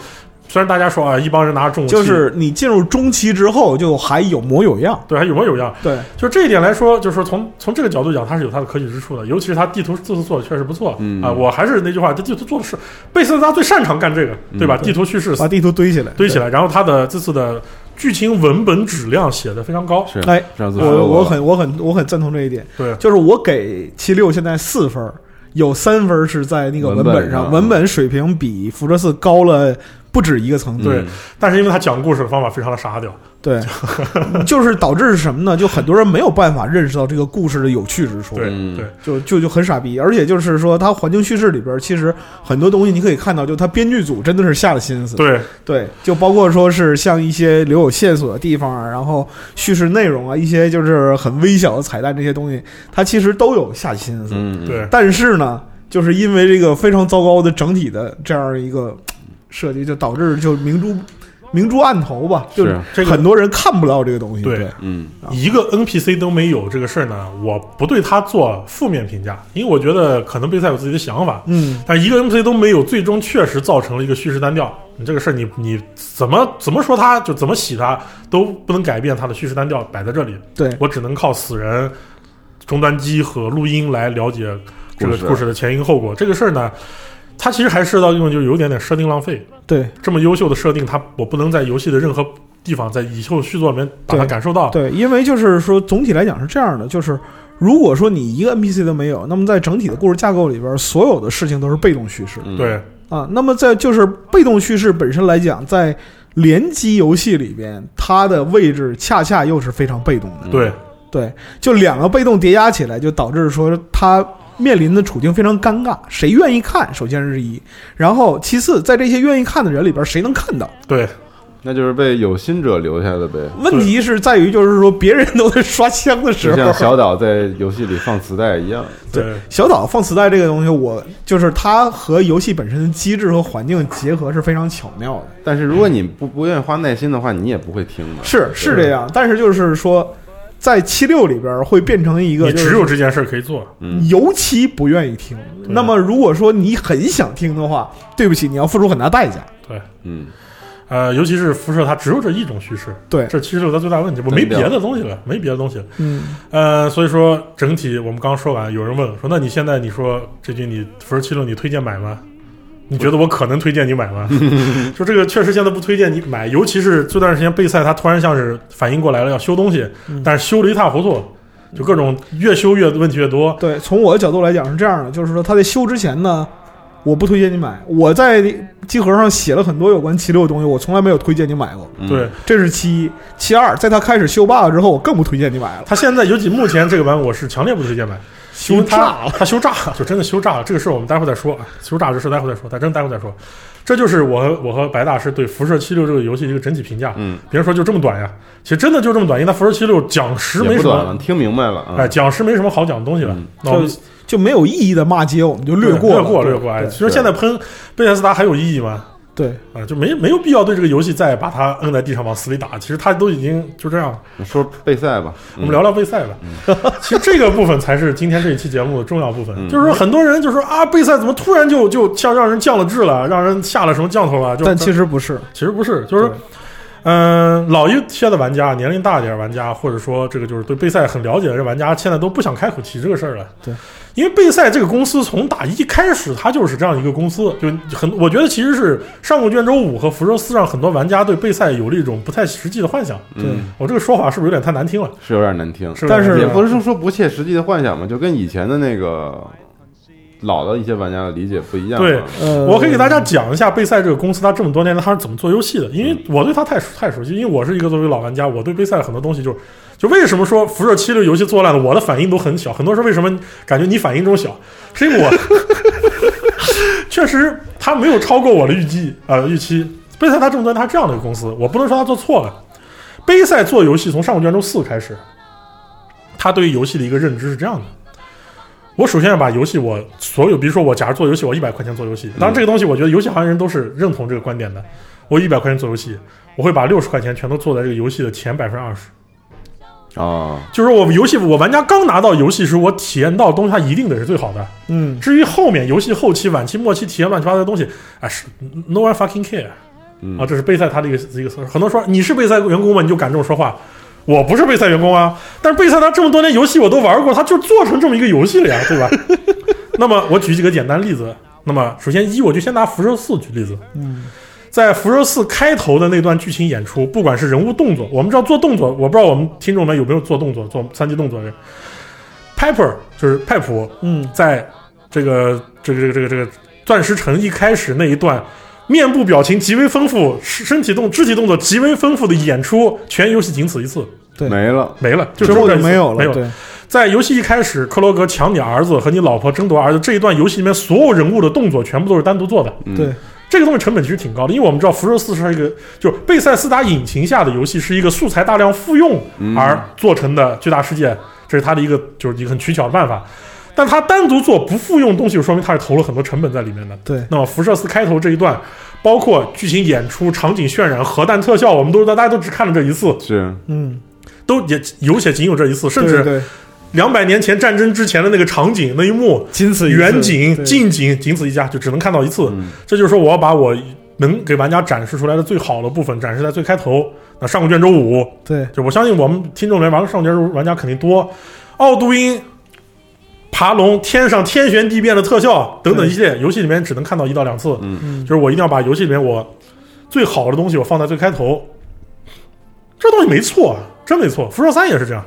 D: 虽然大家说啊，一帮人拿着重武器，
C: 就是你进入中期之后就还有模有样，
D: 对，还有模有样。
C: 对，
D: 就这一点来说，就是从从这个角度讲，它是有它的可取之处的。尤其是它地图这次做的确实不错，
B: 嗯
D: 啊，我还是那句话，这地图做的是贝塞斯他最擅长干这个，对吧？
B: 嗯
D: 地图叙事
C: 把地图堆起来，
D: 堆起来，然后它的这次的剧情文本质量写的非常高，
B: 是。
C: 哎
B: 上次
C: 对。
B: 说过
C: 我我
B: 了
C: 很我很我很赞同这一点，
D: 对，
C: 就是我给七六现在四分儿，有三分儿是在那个
B: 文
C: 文
B: 本
C: 本
B: 上嗯
C: 上，文本水平比辐射四高了不止一个层次。
D: 对
B: 嗯哦
D: 但是因为他讲故事的方法非常的沙雕，
C: 对， 就是导致是什么呢？就很多人没有办法认识到这个故事的有趣之处，
D: 对、
B: 嗯
D: 对，
C: 就就就很傻逼。而且就是说，它环境叙事里边儿，其实很多东西你可以看到，就它编剧组真的是下了心思。
D: 对，
C: 对，就包括说是像一些留有线索的地方啊，然后叙事内容啊，一些就是很微小的彩蛋这些东西，它其实都有下心思。
B: 嗯，
D: 对，
C: 但是呢，就是因为这个非常糟糕的整体的这样一个设计，就导致就明珠明珠暗投吧，就是
D: 这个
C: 很多人看不到这个东西。
D: 对
C: 对，
B: 嗯
D: 一个 NPC 都没有这个事儿呢，我不对他做负面评价，因为我觉得可能贝塞有自己的想法，
C: 嗯，
D: 但一个 NPC 都没有，最终确实造成了一个叙事单调。你这个事儿，你你怎么怎么说他，就怎么洗他，都不能改变他的叙事单调摆在这里。
C: 对，
D: 我只能靠死人、终端机和录音来了解这个
B: 故事
D: 故事的前因后果。这个事儿呢，它其实还涉及到一种就是有点点设定浪费。
C: 对，
D: 这么优秀的设定，它我不能在游戏的任何地方，在以后续作里面把它
C: 对
D: 感受到。
C: 对，因为就是说总体来讲是这样的，就是。如果说你一个 NPC 都没有，那么在整体的故事架构里边，所有的事情都是被动叙事
B: 嗯，
D: 对
C: 啊。那么在就是被动叙事本身来讲，在联机游戏里边，它的位置恰恰又是非常被动的。
B: 嗯
D: 对
C: 对，就两个被动叠加起来，就导致说他面临的处境非常尴尬。谁愿意看？首先是一，然后其次，在这些愿意看的人里边，谁能看到？
D: 对
B: 那就是被有心者留下的呗。
C: 问题是在于，就是说别人都在刷枪的时
B: 就像
C: 候，
B: 小岛在游戏里放磁带一样，
D: 对
C: 小岛放磁带这个东西，我就是它和游戏本身的机制和环境结合是非常巧妙的。
B: 但是如果你不不愿意花耐心的话，你也不会听的。
C: 是是这样，但是就是说，在七六里边会变成一个、
D: 你
C: 就是、
D: 只有这件事儿可以做。
B: 嗯
C: 尤其不愿意听。那么如果说你很想听的话，对不起，你要付出很大代价。
D: 对，
B: 嗯，
D: 呃，尤其是辐射，它只有这一种叙事。
C: 对，
D: 这其实是它最大问题，我没别的东西了，没别的东西了。
C: 嗯，
D: 呃，所以说整体我们刚说完，有人问说，那你现在你说这句你辐射七六你推荐买吗？你觉得我可能推荐你买吗？就这个确实现在不推荐你买，尤其是这段时间备赛，他突然像是反应过来了要修东西，
C: 嗯
D: 但是修的一塌糊涂，就各种越修越问题越多。
C: 对，从我的角度来讲是这样的，就是说他在修之前呢，我不推荐你买。我在集合上写了很多有关七六的东西，我从来没有推荐你买过。
B: 嗯
D: 对，
C: 这是其一，其二，在他开始修 bug 之后，我更不推荐你买了。
D: 他现在尤其目前这个版，我是强烈不推荐买。因
C: 修
D: 为
C: 炸
D: 他
C: 了，
D: 他修炸了，就真的修炸了。这个事儿我们待会儿再说啊，修炸这事儿待会儿再说，咱真待会儿再说。这就是我和我和白大师对《辐射七六》这个游戏的一个整体评价。
B: 嗯，
D: 别人说就这么短呀，其实真的就这么短，因为它《辐射七六》讲实
B: 也
D: 没
B: 不
D: 什
B: 短了，
D: 么，
B: 听明白了啊。
D: 哎，讲实没什么好讲的东西了
B: 嗯。
D: 那我们
C: 就就没有意义的骂街，我们就略
D: 过
C: 过了
D: 略了
C: 对
D: 略过。哎，
C: 对
D: 其实现在喷贝塞斯达还有意义吗？
C: 对，
D: 啊，就没没有必要对这个游戏再把它摁在地上往死里打。其实它都已经就这样了。
B: 说备赛吧，嗯
D: 我们聊聊备赛吧。
C: 嗯
D: 其实这个部分才是今天这一期节目的重要部分，就是说很多人就说啊，备赛怎么突然就就像让人降了智了，让人下了什么降头了？就
C: 但其实不是，
D: 其实不是，就是
C: 对。
D: 嗯，老一些的玩家，年龄大一点的玩家，或者说这个就是对备赛很了解的玩家，现在都不想开口提这个事儿了。
C: 对，
D: 因为备赛这个公司从打一开始，它就是这样一个公司，就很我觉得其实是上古卷轴五和辐射四让很多玩家对备赛有了一种不太实际的幻想。
C: 对
B: 嗯，
D: 我这个说法是不是有点太难听了？
B: 是有点难听，
D: 是
C: 但是
B: 也不是说说不切实际的幻想嘛，就跟以前的那个老的一些玩家的理解不一样嘛。
D: 对
C: 呃，
D: 我可以给大家讲一下贝赛这个公司，它这么多年来它是怎么做游戏的，因为我对它太熟太熟悉，因为我是一个作为老玩家，我对贝赛很多东西就是，就为什么说辐射七这个游戏做烂了，我的反应都很小，很多时候为什么感觉你反应中小，是因为我 确实它没有超过我的预计呃预期。贝赛它这么多年它这样的一个公司，我不能说它做错了。贝赛做游戏从上古卷轴四开始，他对于游戏的一个认知是这样的。我首先要把游戏我所有，比如说我假如做游戏，我一百块钱做游戏，当然这个东西我觉得游戏行业人都是认同这个观点的。我一百块钱做游戏，我会把六十块钱全都做在这个游戏的前百分之二十。
B: 啊，
D: 就是我游戏，我玩家刚拿到游戏时，我体验到的东西，它一定得是最好的。
C: 嗯，
D: 至于后面游戏后期、晚期、末期体验乱七八糟的东西，哎，是 no one fucking care。
B: 嗯
D: 啊，这是备赛他的一个一个思路。很多人说你是备赛员工吗？你就敢这么说话？我不是备赛员工啊，但是备赛他这么多年游戏我都玩过，他就做成这么一个游戏了呀，对吧？ 那么我举几个简单例子。那么首先一，我就先拿辐射四举例子。
C: 嗯，
D: 在辐射四开头的那段剧情演出，不管是人物动作，我们知道做动作，我不知道我们听众们有没有做动作，做三级动作的人。Piper 就是派普，
C: 嗯，
D: 在这个这个这个这个这个钻石城一开始那一段，面部表情极为丰富，身身体动肢体动作极为丰富的演出，全游戏仅此一次，
C: 对
B: 没了，
D: 没了，就
C: 之后
D: 这
C: 就
D: 么一次
C: 没有
D: 没
C: 了，
D: 有。
C: 对，
D: 在游戏一开始，克罗格抢你儿子和你老婆争夺儿子这一段游戏里面，所有人物的动作全部都是单独做的。
B: 嗯
C: 对，
D: 这个东西成本其实挺高的，因为我们知道辐射四是一个，就是贝塞斯达引擎下的游戏是一个素材大量复用
B: 嗯
D: 而做成的巨大世界，这是它的一个就是一个很取巧的办法。但它单独做不复用东西，就说明它是投了很多成本在里面的。
C: 对
D: 那么辐射四开头这一段，包括剧情演出、场景渲染、核弹特效，我们都知道，大家都只看了这一次，
B: 是
C: 嗯，
D: 都也有且仅有这一次，甚
C: 对
D: 至
C: 对，
D: 两百年前战争之前的那个场景那一幕，
C: 仅此一次
D: 远景、
C: 对
D: 近景，仅此一家，就只能看到一次。
B: 嗯
D: 这就是说，我要把我能给玩家展示出来的最好的部分展示在最开头。那上古卷轴五，
C: 对，
D: 就我相信我们听众里面玩过上古卷轴五玩家肯定多。奥都因、爬龙、天上天旋地变的特效等等一系列，游戏里面只能看到一到两次。
C: 嗯，
D: 就是我一定要把游戏里面我最好的东西我放在最开头，这东西没错啊，真没错。辐射三也是这样，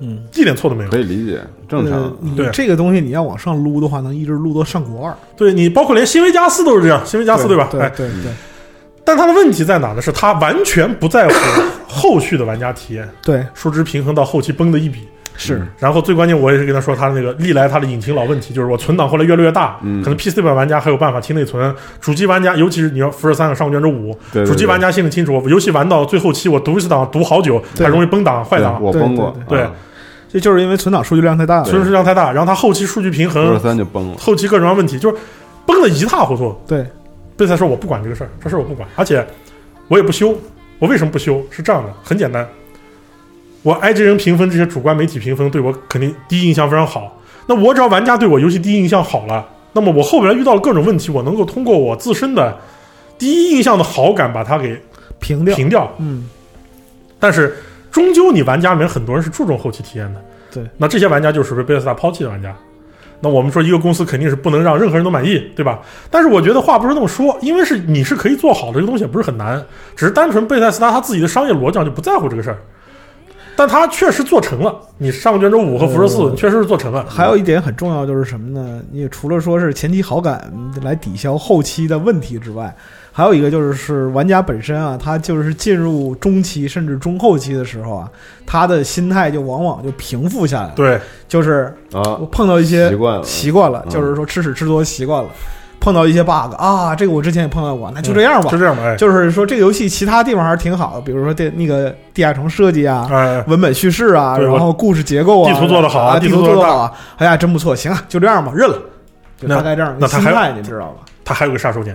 C: 嗯，
D: 一点错都没有。
B: 可以理解，正
C: 呃
B: 常，。
C: 你
D: 对
C: 这个东西你要往上撸的话，能一直撸到上古二，
D: 对你，包括连新维加斯都是这样，新维加斯对吧？
C: 对
D: 哎，
C: 对
B: 嗯
C: 对
D: 但他的问题在哪呢？是他完全不在乎 后续的玩家体验，
C: 对，
D: 数值平衡到后期崩的一笔。
B: 嗯
C: 是
D: 然后最关键，我也是跟他说，他那个历来他的引擎老问题，就是我存档后来越来越大，
B: 嗯
D: 可能 PC 版玩家还有办法清内存，主机玩家，尤其是你要辐射三和上古卷轴五，
B: 对对
D: 主机
B: 对
D: 玩家心里清楚，我游戏玩到最后期，我读一次档读好久，
C: 对
D: 还容易崩档坏
B: 对
D: 档，
B: 我崩过，
D: 对对
B: 啊
C: 这就是因为存档数据量太大了，
D: 存储量太大，然后他后期数据平
B: 辐射
D: 衡，
B: 三就崩了，
D: 后期各种各样问题，就是崩的一塌糊涂。
C: 对，
D: 贝塞说：“我不管这个事儿，这事儿我不管，而且我也不修。我为什么不修？是这样的，很简单，我 IGN 评分这些主观媒体评分对我肯定第一印象非常好。那我只要玩家对我游戏第一印象好了，那么我后边遇到了各种问题，我能够通过我自身的第一印象的好感把它给
C: 平掉，
D: 平掉。
C: 嗯，
D: 但是终究你玩家里面很多人是注重后期体验的，
C: 对，
D: 那这些玩家就是被贝塞斯达抛弃的玩家。那我们说一个公司肯定是不能让任何人都满意，对吧？但是我觉得话不是那么说，因为是你是可以做好的，这个东西也不是很难，只是单纯贝塞斯达他自己的商业逻辑上就不在乎这个事儿。但他确实做成了，你上卷轴五和辐射四
C: 嗯
D: 确实是做成了，
C: 还有一点很重要就是什么呢？你除了说是前期好感来抵消后期的问题之外，还有一个就是是玩家本身啊，他就是进入中期甚至中后期的时候啊，他的心态就往往就平复下来了。，
D: 对，
C: 就是
B: 啊
C: 我，碰到一些
B: 习
D: 呃
B: 惯了
C: 习惯了，
B: 嗯
C: 就是说吃屎吃多习惯了，碰到一些 bug 啊，这个我之前也碰到过，那就这样吧
D: 嗯就。这样吧，哎，
C: 就是说这个游戏其他地方还是挺好的，比如说地那个地下城设计啊，
D: 哎，
C: 文本叙事啊，
D: 对
C: 然
D: 我
C: 后故事结构啊，
D: 地图做得好啊
C: 啊，
D: 地
C: 地
D: 图
C: 图
D: 做得
C: 得好啊，哎呀，真不错，行啊，就这样吧，认了，就
D: 那
C: 大概这样一
D: 那
C: 个
D: 他
C: 心
D: 还
C: 态，你知道吧
D: 他还有个杀手锏，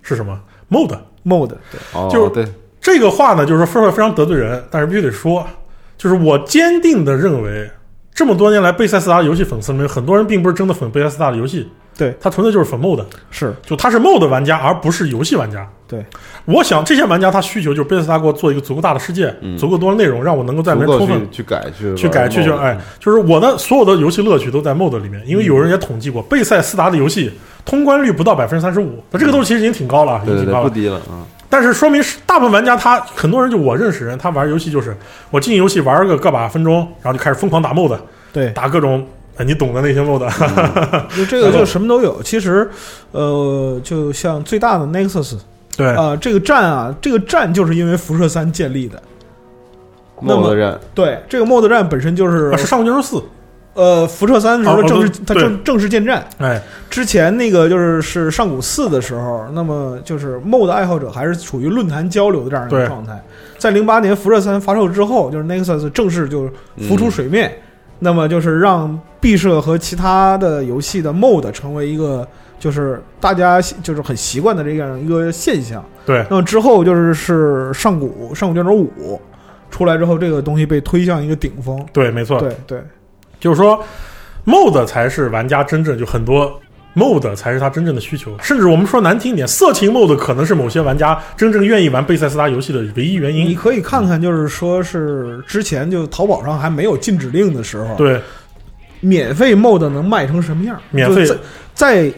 D: 是什么？mod。
C: ？mode，对，
B: 哦
D: 就
B: 对，
D: 这个话呢，就是说说非常得罪人，但是必须得说，就是我坚定的认为，这么多年来，贝塞斯达游戏粉丝里面，很多人并不是真的粉贝塞斯达的游戏，
C: 对，
D: 他纯粹就是粉 mod，
C: 是
D: 就他是 mod 玩家，而不是游戏玩家。
C: 对，
D: 我想这些玩家他需求就是贝斯达给我做一个足够大的世界，
B: 嗯
D: 足够多的内容，让我能够在里
B: 足
D: 面
B: 够
D: 充分
B: 去去改去嗯
D: 去改去就
B: 就
D: 哎，就是我的所有的游戏乐趣都在 MOD 里面，因为有人也统计过，贝塞斯达的游戏通关率不到百分之三十五，那这个都其实已经挺高了啊，已
B: 对嗯
D: 经
B: 对
D: 挺
B: 对，
D: 高
B: 不
D: 了。
B: 低了啊，
D: 但是说明是大部分玩家他很多人就我认识人，他玩游戏就是我进游戏玩个个把分钟，然后就开始疯狂打 MOD，
C: 对，
D: 打各种哎你懂的那些 MOD，
C: 就这个就什么都有。其实，呃，就像最大的 Nexus
D: 对
C: 啊、这个站啊，这个站就是因为辐射三建立的。那么
B: 莫德站
C: 对，这个 MOD 站本身就是
D: 啊是上古卷轴四，
C: 呃，辐射三的时
D: 啊
C: 候
D: 哦
C: 正式、
D: 对
C: 它正正式建站，
D: 哎
C: 之前那个就是是上古四的时候，那么就是 MOD 爱好者还是处于论坛交流的这样一
D: 对
C: 个状态。在零八年辐射三发售之后，就是 Nexus 正式就是浮出水面，那么就是让毕设和其他的游戏的 MOD 成为一个就是大家就是很习惯的这样一个现象。
D: 对
C: 那么之后就是是上古上古卷轴五出来之后，这个东西被推向一个顶峰。
D: 对没错，
C: 对对
D: 就是说 MOD 才是玩家真正就很多 MOD 才是他真正的需求，甚至我们说难听一点，色情 MOD 可能是某些玩家真正愿意玩贝塞斯达游戏的唯一原
C: 你
D: 因。
C: 可以看看，就是说是之前就淘宝上还没有禁止令的时候，，
D: 对，
C: 免费 mod 能卖成什么样？
D: 免费
C: 就在在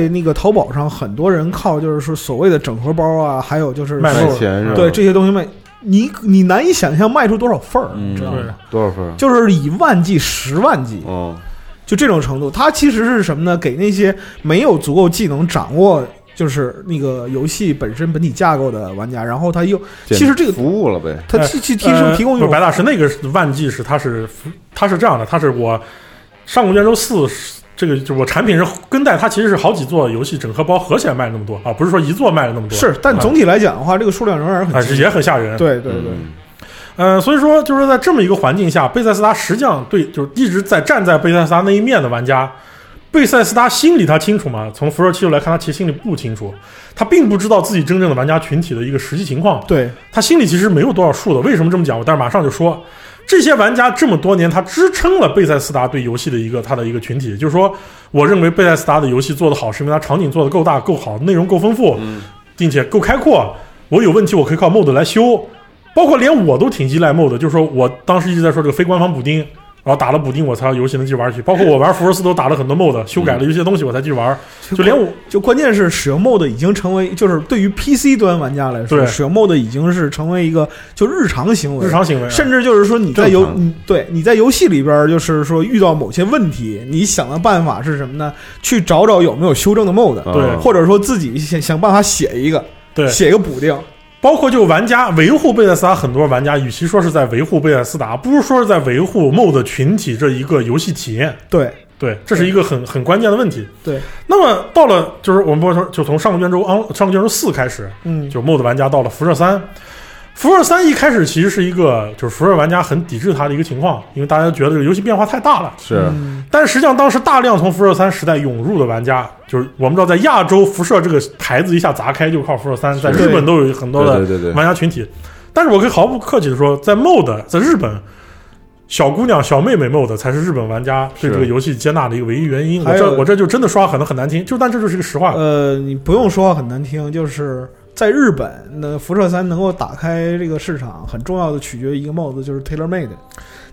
C: 在那个淘宝上，很多人靠就是说所谓的整合包啊，还有就是
D: 卖啊
B: 卖
D: 肉
B: 钱是吧？
C: 对这些东西卖，你你难以想象卖出多少份儿，
B: 嗯
C: 你知道吗？
B: 多少分？
C: 就是以万计、十万计，
B: 哦，
C: 就这种程度。它其实是什么呢？给那些没有足够技能掌握。就是那个游戏本身本体架构的玩家，然后他又
B: 简
C: 其实这个
B: 服务了呗，
C: 他
D: 哎
C: 去去提升
D: 呃
C: 提供一
D: 不
C: 种
D: 是白大师那个是万计是他是他是这样的，他是我上古卷轴四是这个就是我产品是跟带，它其实是好几座游戏整合包合起来卖了那么多啊，不是说一座卖了那么多。
C: 是，但总体来讲的话，这个数量仍然是
D: 啊
C: 很
D: 是
C: 惊
D: 也很吓人。
C: 对对对，
B: 嗯
D: 呃，所以说就是在这么一个环境下，贝塞斯达实际上对就是一直在站在贝塞斯达那一面的玩家，贝塞斯达心里他清楚吗？从辐射七六来看，他其实心里不清楚，他并不知道自己真正的玩家群体的一个实际情况，
C: 对
D: 他心里其实没有多少数的。为什么这么讲？我待会儿马上就说，这些玩家这么多年，他支撑了贝塞斯达对游戏的一个他的一个群体，就是说，我认为贝塞斯达的游戏做得好，是因为它场景做得够大、够好，内容够丰富，
C: 嗯
D: 并且够开阔。我有问题，我可以靠 MOD 来修，包括连我都挺依赖 MOD，就是说我当时一直在说这个非官方补丁，然后打了补丁，我才游戏能继续玩下去。包括我玩辐射四都打了很多 MOD，修
C: 嗯
D: 改了一些东西，我才继续玩。就连我
C: 就关键是使用 MOD 已经成为，就是对于 PC 端玩家来
D: 对
C: 说，使用 MOD 已经是成为一个就日常行为，
D: 日常行为啊，
C: 甚至就是说你在
B: 正
C: 游
B: 常
C: 你对你在游戏里边，就是说遇到某些问题，你想的办法是什么呢？去找找有没有修正的 MOD，、
D: 对
B: 啊
C: 或者说自己想想办法写一个，
D: 对
C: 写一个补丁，
D: 包括就玩家维护贝塞斯达，很多玩家与其说是在维护贝塞斯达，不如说是在维护 MOD 群体这一个游戏体验。
C: 对
D: 对，这是一个很很关键的问题。
C: 对，
D: 那么到了就是我们不是说就从上个卷轴昂上个卷轴四开始，
C: 嗯，
D: 就 MOD 玩家到了辐射三。辐射三一开始其实是一个，就是辐射玩家很抵制它的一个情况，因为大家觉得这个游戏变化太大了。
B: 是
C: 嗯
D: 但实际上，当时大量从辐射三时代涌入的玩家，就是我们知道，在亚洲辐射这个牌子一下砸开，就靠辐射三，在日本都有很多的
B: 对对对对
D: 玩家群体。但是我可以毫不客气的说，在 MOD 在日本，小姑娘、小妹妹 MOD 才是日本玩家对
B: 是
D: 这个游戏接纳的一个唯一原因。我
C: 还有
D: 这我这就真的说话可能很难听，就但这就是一个实话。
C: 呃，你不用说话很难听，就是在日本，那辐射三能够打开这个市场，很重要的取决于一个帽子，就是 TaylorMade。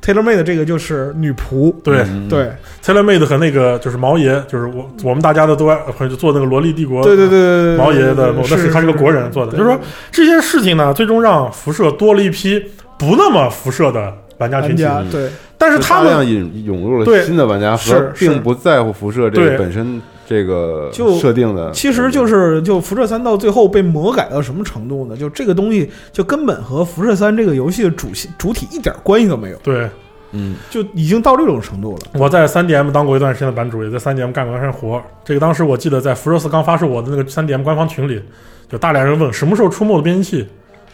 C: TaylorMade 这个就是女仆，
D: 对
B: 嗯
C: 对
D: TaylorMade 和那个就是毛爷，就是我我们大家的都爱呃就做那个萝莉帝国，
C: 对对对对，对
D: 毛爷的
C: 对
D: 某，
C: 对
D: 但是
C: 是
D: 他是个国人做的，就是说这些事情呢，最终让辐射多了一批不那么辐射的玩家群
C: 玩
D: 体，
C: 家对
D: 但是
B: 就
D: 他
B: 大量
D: 们
B: 引涌入了
D: 对
B: 新的玩家和
C: 是是
B: 并不在乎辐射这
D: 对
B: 个本身这个
C: 就
B: 设定的，
C: 其实就是就辐射三到最后被魔改到什么程度呢？就这个东西就根本和辐射三这个游戏的主线主体一点关系都没有，
D: 对。
B: 嗯，
C: 就已经到这种程度了。
D: 我在 3DM 当过一段时间的版主，也在 3DM 干过一段时间活。这个当时我记得在辐射四刚发售我的那个 3DM 官方群里，有大量人问什么时候出 MOD 变形器，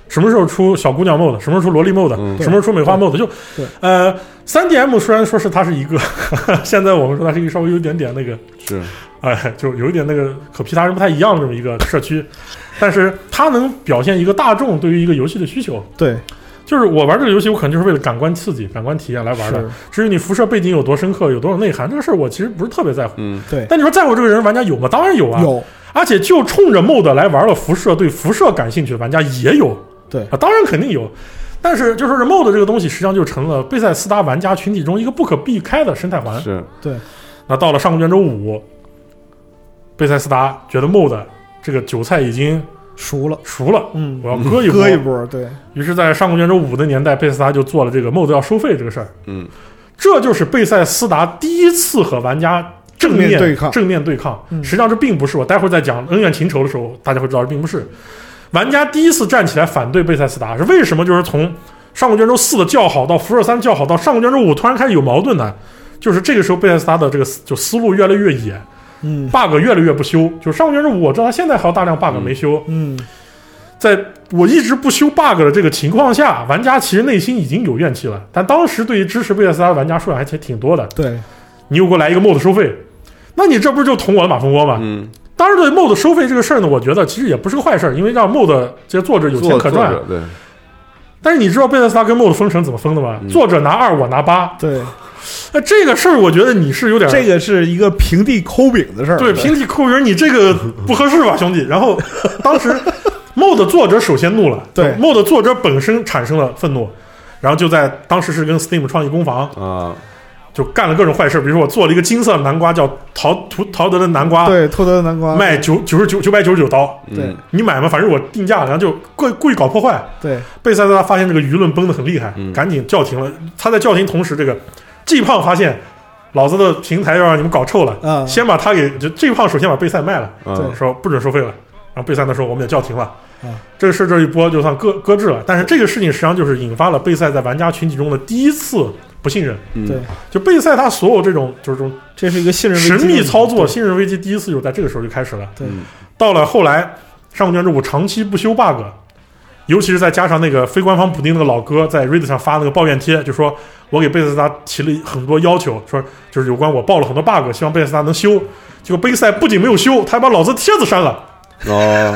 D: 什么时候出小姑娘 MOD，什么时候出萝莉 MOD，、
B: 嗯
D: 什么时候出美化 MOD。就
C: 对
D: 呃，3DM 虽然说是它是一个， 现在我们说它是一个稍微有一点点那个
B: 是
D: 哎，就有一点那个可其他人不太一样的这么一个社区，但是它能表现一个大众对于一个游戏的需求。
C: 对，
D: 就是我玩这个游戏，我可能就是为了感官刺激、感官体验来玩的
C: 是。
D: 至于你辐射背景有多深刻、有多有内涵，这个事儿我其实不是特别在乎。
B: 嗯，
C: 对，
D: 但你说在乎这个人玩家有吗？当然有啊，。
C: 有
D: 而且就冲着 MOD 来玩了辐射，对辐射感兴趣的玩家也有
C: 对
D: 啊，当然肯定有。但是就是 MOD 这个东西，实际上就成了贝塞斯达玩家群体中一个不可避开的生态
C: 啊
D: 环。
B: 是
C: 对，
D: 那到了上古卷轴五，贝塞斯达觉得 MOD 这个韭菜已经
C: 熟了，
D: 熟了，
C: 嗯，
D: 我要割一波。
C: 割一波，对，
D: 于是，在上古卷轴五的年代，贝塞斯达就做了这个 MOD 要收费这个事儿。
B: 嗯，
D: 这就是贝塞斯达第一次和玩家正
C: 正
D: 面
C: 面对抗
D: 正面对抗
C: 嗯
D: 实际上这并不是我待会儿再讲恩怨情仇的时候，大家会知道这并不是玩家第一次站起来反对贝塞斯达是为什么？就是从上古卷轴四的叫好到辐射三叫好到上古卷轴五突然开始有矛盾呢？就是这个时候贝塞斯达的这个思就思路越来越野
C: 嗯
D: ，bug 越来越不修。就是上古卷轴五，我知道他现在还有大量 bug
B: 嗯
D: 没修，
C: 嗯，
D: 在我一直不修 bug 的这个情况下，玩家其实内心已经有怨气了。但当时对于支持贝塞斯达的玩家数量还挺挺多的，
C: 对，
D: 你又给我来一个 mod 收费，那你这不是就捅我的马蜂窝
C: 啊
D: 吗？
B: 嗯，
D: 当然，对 mod 收费这个事儿呢，我觉得其实也不是个坏事儿，因为让 mod 这些作者有钱
B: 作
D: 可
B: 作
D: 赚。
B: 者对，
D: 但是你知道贝塞斯达跟 mod 分成怎么分的吗？
B: 嗯
D: 作者拿二，我拿八。
C: 对，
D: 那这个事儿，我觉得你是有点
C: 这个是一个平地抠饼的事儿，
D: 对，平底扣人，你这个不合适吧，兄弟？然后当时 MOD 作者首先 怒了，
C: 对
D: ，MOD 作者本身产生了愤怒，然后就在当时是跟 Steam 创意工坊
B: 啊，
D: 就干了各种坏事，比如说我做了一个金色南瓜，叫陶图陶德的南瓜，
C: 对，托德的南瓜，
D: 卖九九十九九百九十九刀，
C: 对
B: 嗯
D: 你买吗？反正我定价，然后就故意故意搞破坏。
C: 对，
D: 贝塞斯达发现这个舆论崩得很厉害，
B: 嗯
D: 赶紧叫停了。他在叫停同时，这个 G 胖发现老子的平台要让你们搞臭了，
C: 啊，
D: 先把他给就 G 胖首先把贝塞卖了。
B: 啊，
D: 说不准收费了，然后贝塞那时候我们也叫停了。
C: 嗯
D: 这个事儿这一波就算搁搁置了，但是这个事情实际上就是引发了贝塞在玩家群体中的第一次不信任。
B: 嗯
C: 对，
D: 就贝塞他所有这种就是这种
C: 这是一个信任危
D: 神
C: 机
D: 秘操作、信任危机，第一次就是在这个时候就开始了。
C: 对
B: 嗯
D: 到了后来，上古卷轴五长期不修 bug，尤其是再加上那个非官方补丁那个老哥在 Reddit 上发那个抱怨贴，就说我给贝塞斯达提了很多要求，说就是有关我报了很多 bug，希望贝塞斯达能修。结果贝塞不仅没有修，他还把老子帖子删了。
B: 哦，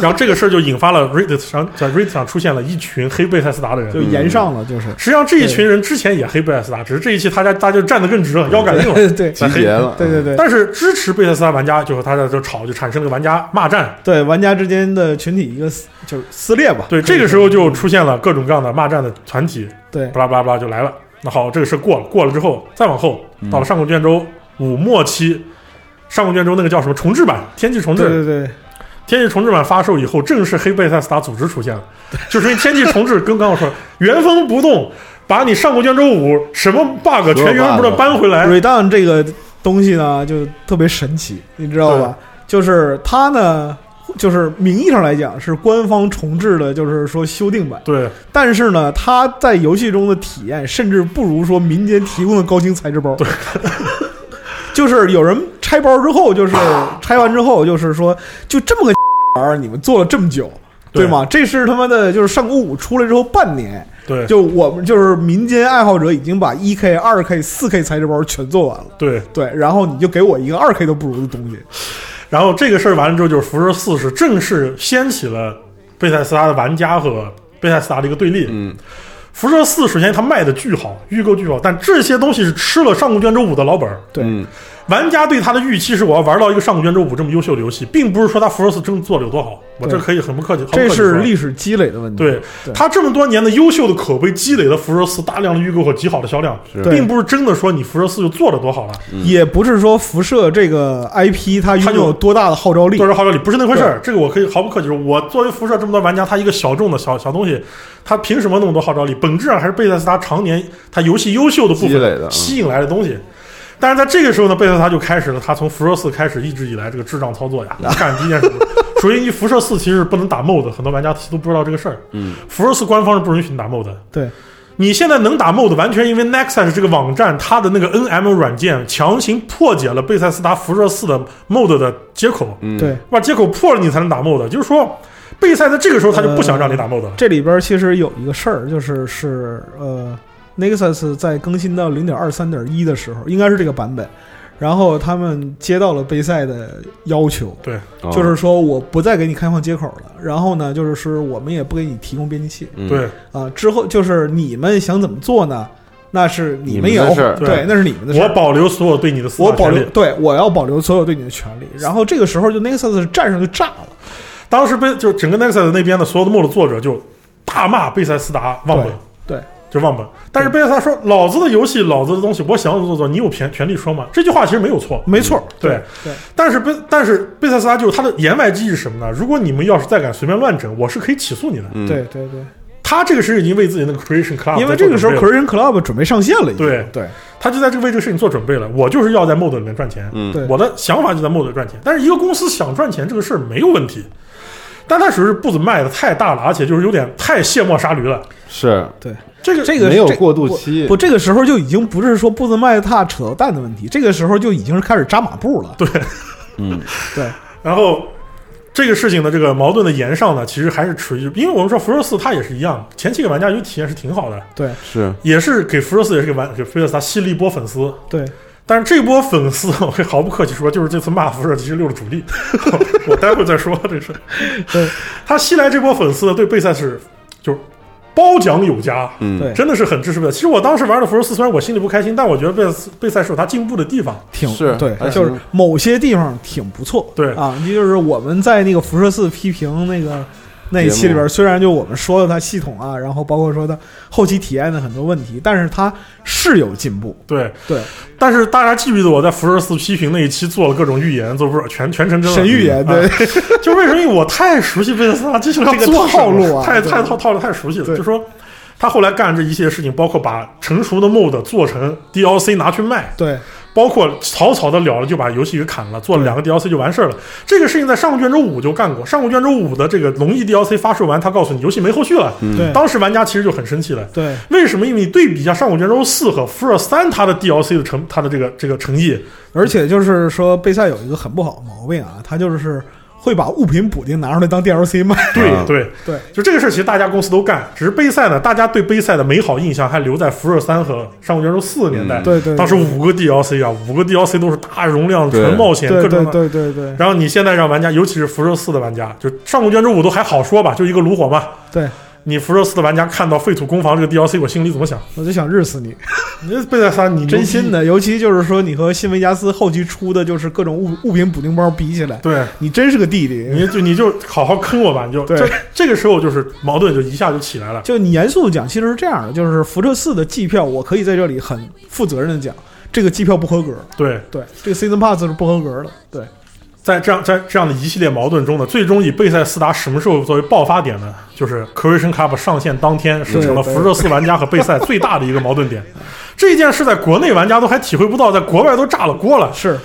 D: 然后这个事儿就引发了 Reddit 上在 Reddit 上出现了一群黑贝塞斯达的
C: 就
D: 人。
C: 延上了，就是
D: 实际上这一群人之前也黑贝塞斯达，只是这一期他家大家就站得更直了，腰杆硬了。
C: 对 对
B: 集结了，
C: 对对对。
D: 但是支持贝塞斯达玩家就和他在这吵，就产生了玩家骂战。
C: 对玩家之间的群体一个撕就是撕裂吧。
D: 对，
C: 可以
D: 这个时候就出现了各种各样的骂战的团体，
C: 对
D: 巴拉巴拉巴拉就来了。那好，这个事过了，过了之后，再往后
B: 嗯
D: 到了上古卷轴五末期，上古卷轴那个叫什么重置版，天际重置，
C: 对对对
D: 天气重置版发售以后，正式黑贝塞斯达组织出现了，就是因为天气重置跟刚刚我说的原封不动，把你上古卷轴五什么 bug
B: 所有
D: 全原不动
B: bug
D: 搬回来。
C: ，Redon 这个东西呢就特别神奇，你知道吧？就是它呢，就是名义上来讲是官方重置的，就是说修订版，
D: 对，
C: 但是呢，它在游戏中的体验甚至不如说民间提供的高清材质包。 就是有人拆包之后， 就是拆完之后，就是说，就这么个玩意儿，你们做了这么久，对
D: 对
C: 吗？这是他妈的，就是上古五出来之后半年，
D: 对，
C: 就我们就是民间爱好者已经把一 K、二 K、四 K 材质包全做完了，
D: 对。
C: 对，然后你就给我一个二 K 都不如的东西，
D: 然后这个事儿完了之后，就是辐射四是正式掀起了贝塞斯达的玩家和贝塞斯达的一个对立。
B: 嗯
D: 辐射四首先它卖的巨好，预购巨好，但这些东西是吃了上古卷轴五的老本儿。
C: 对
B: 嗯
D: 玩家对它的预期是我要玩到一个上古卷轴五这么优秀的游戏，并不是说它辐射四真的做的有多好，我这
C: 对
D: 可以很不客气，很不
C: 这
D: 客气
C: 是
D: 说
C: 历史积累的问题。
D: 对
C: 对
D: 他这么多年的优秀的口碑积累了辐射四大量的预购和极好的销量，
C: 对
D: 并不是真的说你辐射四就做的多好了，
C: 也不是说辐射这个 IP 它
D: 它
C: 拥
D: 就
C: 有多大的号召力
D: 做，成好料理不是那回事儿。这个我可以毫不客气说，我作为辐射这么多玩家，他一个小众的小小东西，他凭什么那么多号召力？本质上还是贝塞斯达常年他游戏优秀的部
B: 积累
D: 分
B: 的嗯
D: 吸引来的东西。但是在这个时候呢，贝塞斯达就开始了他从辐射四开始一直以来这个智障操作 呀，干的第一件事情。首先，一辐射四其实是不能打 MOD，的很多玩家都不知道这个事儿。
B: 嗯，
D: 辐射四官方是不允许你打 MOD 的，
C: 对
D: 你现在能打 MOD，完全因为 Nexus 这个网站它的那个 NM 软件强行破解了贝塞斯达辐射四的 MOD 的接口，
B: 嗯
C: 对，
D: 把接口破了你才能打 MOD。就是说，贝塞在这个时候他就不想
C: 嗯
D: 让你打 MOD 了。
C: 这里边其实有一个事儿，就是是呃，Nexus 在更新到零点二三点一的时候，应该是这个版本，然后他们接到了贝赛的要求，
D: 对，
B: 哦
C: 就是说我不再给你开放接口了，然后呢，就是是我们也不给你提供编辑器
B: 嗯
D: 对，
C: 啊。之后就是你们想怎么做呢？那是
B: 你
C: 们
B: 们
C: 也
B: 的
C: 要
B: 事儿
C: 对
D: 对，
C: 那是你们的事
D: 我
C: 儿。
D: 保留所有对你的司
C: 我
D: 法
C: 保
D: 权
C: 留
D: 利。
C: 对我要保留所有对你的权利。然后这个时候就 Nexus 站上就炸了，
D: 当时被就是整个 Nexus 那边的所有的目录作者就大骂贝塞斯达忘本，
C: 对对
D: 就忘本。但是贝塞斯达说：“老子的游戏，老子的东西，我想怎么做做，你有权权利说嘛。”这句话其实没有错，
C: 没错，
B: 嗯
D: 对
C: 嗯对
D: 但是贝但是贝塞斯达就是他的言外之意是什么呢？如果你们要是再敢随便乱整，我是可以起诉你的。
B: 嗯
C: 对对对，
D: 他这个时候已经为自己那个 Creation Club，
C: 因为这个时候
D: 在做准备了
C: Korean Club 准备上线了，已经
D: 对
C: 对
D: 他就在这个为这个事情做准备了。我就是要在 Mod 里面赚钱，
B: 嗯
C: 对
D: 我的想法就在 Mod 里赚钱。但是一个公司想赚钱这个事儿没有问题，但他属于是步子迈的太大了，而且就是有点太卸磨杀驴了。
B: 是
C: 对，
D: 这个
C: 这
B: 嗯
C: 个
B: 没有
C: 这
B: 过渡期
C: 不不，这个时候就已经不是说步子迈大扯到蛋的问题，这个时候就已经是开始扎马步了。对
B: 嗯
C: 对
D: 然后这个事情的这个矛盾的延上呢，其实还是处于，因为我们说辐射四它也是一样，前期给玩家有体验是挺好的，
C: 对
B: 是
D: 也是给辐射四也是给玩给辐射四它吸了一波粉丝。
C: 对，
D: 但是这波粉丝，我可以毫不客气说，就是这次骂辐射七十六的主力。 我待会儿再说这事。
C: 对
D: 他吸来这波粉丝对备赛是就是褒奖有加，
B: 嗯
C: 对
D: 真的是很支持的。其实我当时玩的辐射四，虽然我心里不开心，但我觉得备赛备赛是有他进步的地方。
C: 挺
B: 是
C: 对
B: 还，
C: 就是
B: 行
C: 某些地方挺不错。
D: 对
C: 啊，就是我们在那个辐射四批评那个那一期
B: 节
C: 里边，
B: 目
C: 虽然就我们说了它系统啊，然后包括说它后期体验的很多问题，但是它是有进步。
D: 对，
C: 对，
D: 但是大家记不记得我在辐射四批评那一期做了各种预言，做不是全全程真的啊
C: 神预言对，
D: 就为什么因为我太熟悉贝塞斯达这是
C: 这个
D: 做什么
C: 套路啊
D: 太
C: 对
D: 太套套路太熟悉了。
C: 对
D: 就说他后来干这一系列事情，包括把成熟的 MOD 做成 DLC 拿去卖，
C: 对
D: 包括草草的了了就把游戏给砍了，做了两个 DLC 就完事儿了。这个事情在上古卷轴五就干过，上古卷轴五的这个龙翼 DLC 发售完，他告诉你游戏没后续了，
C: 对
D: 当时玩家其实就很生气了。
C: 对
D: 为什么？因为你对比一下《上古卷轴四》和《辐射三》，它的 DLC 的成，它的这个这个诚意，
C: 而且就是说贝塞有一个很不好的毛病啊，他就是会把物品补丁拿出来当 DLC 卖。
D: 对、
B: 啊
D: 对，
C: 对
D: 就这个事，其实大家公司都干，只是杯赛呢，大家对杯赛的美好印象还留在辐射三和上古卷轴四年代。
B: 嗯
C: 对对，
D: 当时
C: 对
D: 五个 DLC 啊，五个 DLC 都是大容量
B: 对
D: 纯冒险
C: 对
D: 各
C: 对
D: 种的。
C: 对对对
D: 然后你现在让玩家，尤其是辐射四的玩家，就上古卷轴五都还好说吧，就一个炉火嘛。
C: 对，
D: 你辐射四的玩家看到废土攻防这个 DLC，我心里怎么想？
C: 我就想日死你。
D: 你这贝塞斯达，你
C: 真心
D: 嗯
C: 的，尤其就是说你和新维加斯后期出的就是各种物物品补丁包比起来，
D: 对，
C: 你真是个弟弟。
D: 你就你就好好坑我吧，你就
C: 对
D: 这这个时候就是矛盾就一下就起来了。
C: 就你严肃地讲，其实是这样的，就是辐射四的季票，我可以在这里很负责任的讲，这个季票不合格，
D: 对，
C: 对，这个 season pass 是不合格的，对，
D: 在这样在这样的一系列矛盾中呢，最终以贝塞斯达什么时候作为爆发点呢？就是 Creation Club 上线当天，是成了
C: 对
D: 辐射四玩家和贝塞最大的一个矛盾点。这件事在国内玩家都还体会不到，在国外都炸了锅了。
C: 是，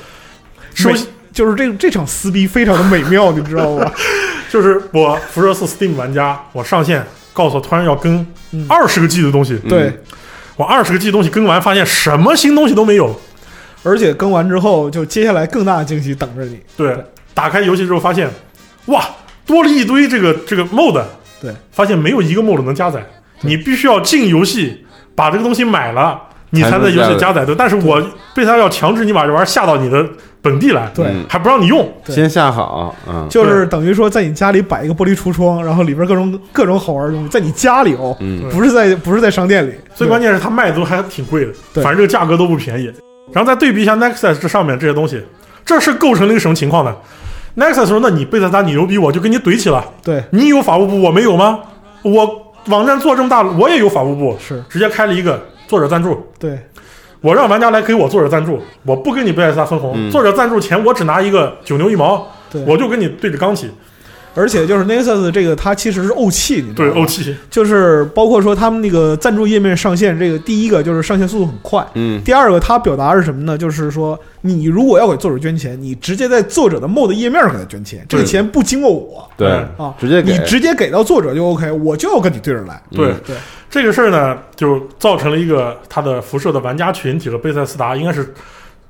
D: 首
C: 美
D: 先
C: 就是这这场撕逼非常的美妙，你知道吗？
D: 就是我辐射四 Steam 玩家，我上线告诉我突然要更
C: 嗯
D: 二十个 G 的东西，
C: 对，
D: 我二十个 G 的东西更完，发现什么新东西都没有。
C: 而且更完之后，就接下来更大的惊喜等着你，
D: 对
C: 对，
D: 打开游戏之后发现，哇，多了一堆这个这个 mod，
C: 对，
D: 发现没有一个 mod 能加载，你必须要进游戏把这个东西买了，你才
B: 才
D: 能
B: 能
D: 在游戏
B: 加载
D: 加载的。但是我贝塞要强制你把这玩意儿下到你的本地来，
C: 对。
B: 嗯
D: 还不让你用。
C: 对
B: 先下好，嗯
C: 就是等于说，在你家里摆一个玻璃橱窗，然后里边各种各种好玩的东西，在你家里哦，
B: 嗯
D: 对
C: 不是在不是在商店里，
D: 最
C: 对
D: 关键是它卖的都还挺贵的，
C: 对
D: 反正这个价格都不便宜。然后再对比一下 Nexus 这上面这些东西，这是构成了一个什么情况呢？Nexus 说：“那你贝塞达你牛逼，我就跟你怼起来。
C: 对，
D: 你有法务部，我没有吗？我网站做这么大，我也有法务部，
C: 是
D: 直接开了一个作者赞助，
C: 对
D: 我让玩家来给我作者赞助，我不跟你贝塞斯达分红，
B: 嗯
D: 作者赞助钱我只拿一个九牛一毛，
C: 对，
D: 我就跟你对着刚起，
C: 而且就是 Nexus 这个它其实是怄气，你知
D: 对
C: 道吗？
D: 怄气，
C: 就是包括说他们那个赞助页面上线，这个第一个就是上线速度很快。
B: 嗯
C: 第二个，它表达是什么呢？就是说，你如果要给作者捐钱，你直接在作者的 mod 页面上给他捐钱，这个
B: 对
C: 钱不经过我
B: 对
C: 啊，
B: 直接给
C: 你直接给到作者就 OK，我就要跟你对着来。
D: 对。
B: 嗯
C: 对
D: 这个事儿呢，就造成了一个他的辐射的玩家群体和贝塞斯达应该是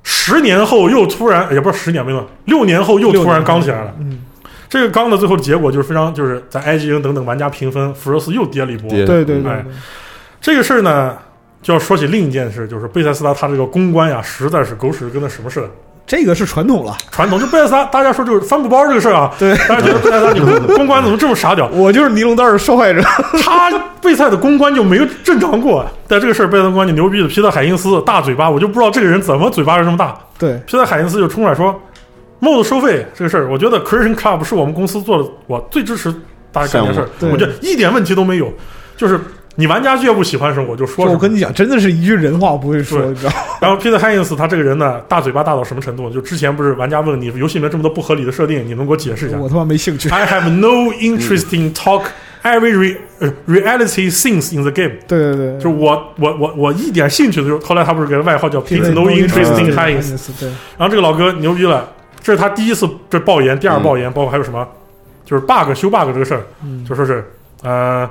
D: 十年后又突然，哎也不是十年没了，六年后又突然刚起来了。
C: 嗯，
D: 这个刚的最后结果就是非常，就是在 IGN 等等玩家评分，辐射四又跌了一波。
B: 跌
C: 对对对
D: 哎
C: 对
D: 这个事儿呢，就要说起另一件事，就是贝塞斯达它这个公关呀，实在是狗屎跟那什么似的。
C: 这个是传统了，
D: 传统就贝塞斯达，大家说就是帆布包这个事儿啊，
C: 对
D: 大家觉得贝塞斯达你们公关怎么这么傻屌？
C: 我就是尼龙袋儿的受害者。
D: 他备赛的公关就没有正常过，啊但这个事儿备赛公关就牛逼了。皮特海因斯大嘴巴，我就不知道这个人怎么嘴巴是这么大。
C: 对，
D: 皮特海因斯就冲出来说，帽子收费这个事儿，我觉得 Creation Club 是我们公司做的，我最支持大家干的事儿
C: 项目，对
D: 我觉得一点问题都没有。就是你玩家俱乐部喜欢什么，我就说什
C: 我
D: 么。
C: 跟你讲，真的是一句人话我不会说，
D: 对
C: 你知道吗？
D: 然后 Peter Hines 他这个人呢，大嘴巴大到什么程度呢？就之前不是玩家问你游戏里面这么多不合理的设定，你能给我解释一下
C: 我他妈没兴趣。
D: ？I have no interest in talk every re 呃 reality things in the game。
C: 对对对，
D: 就是我我我我一点兴趣的时候，后来他不是给他外号叫 Pete No Interest in Hines，
C: 对，
D: 然后这个老哥牛逼了，这是他第一次这爆言，第二爆言，包括还有什么，就是 bug 修 bug 这个事儿，
C: 嗯
D: 就说是呃。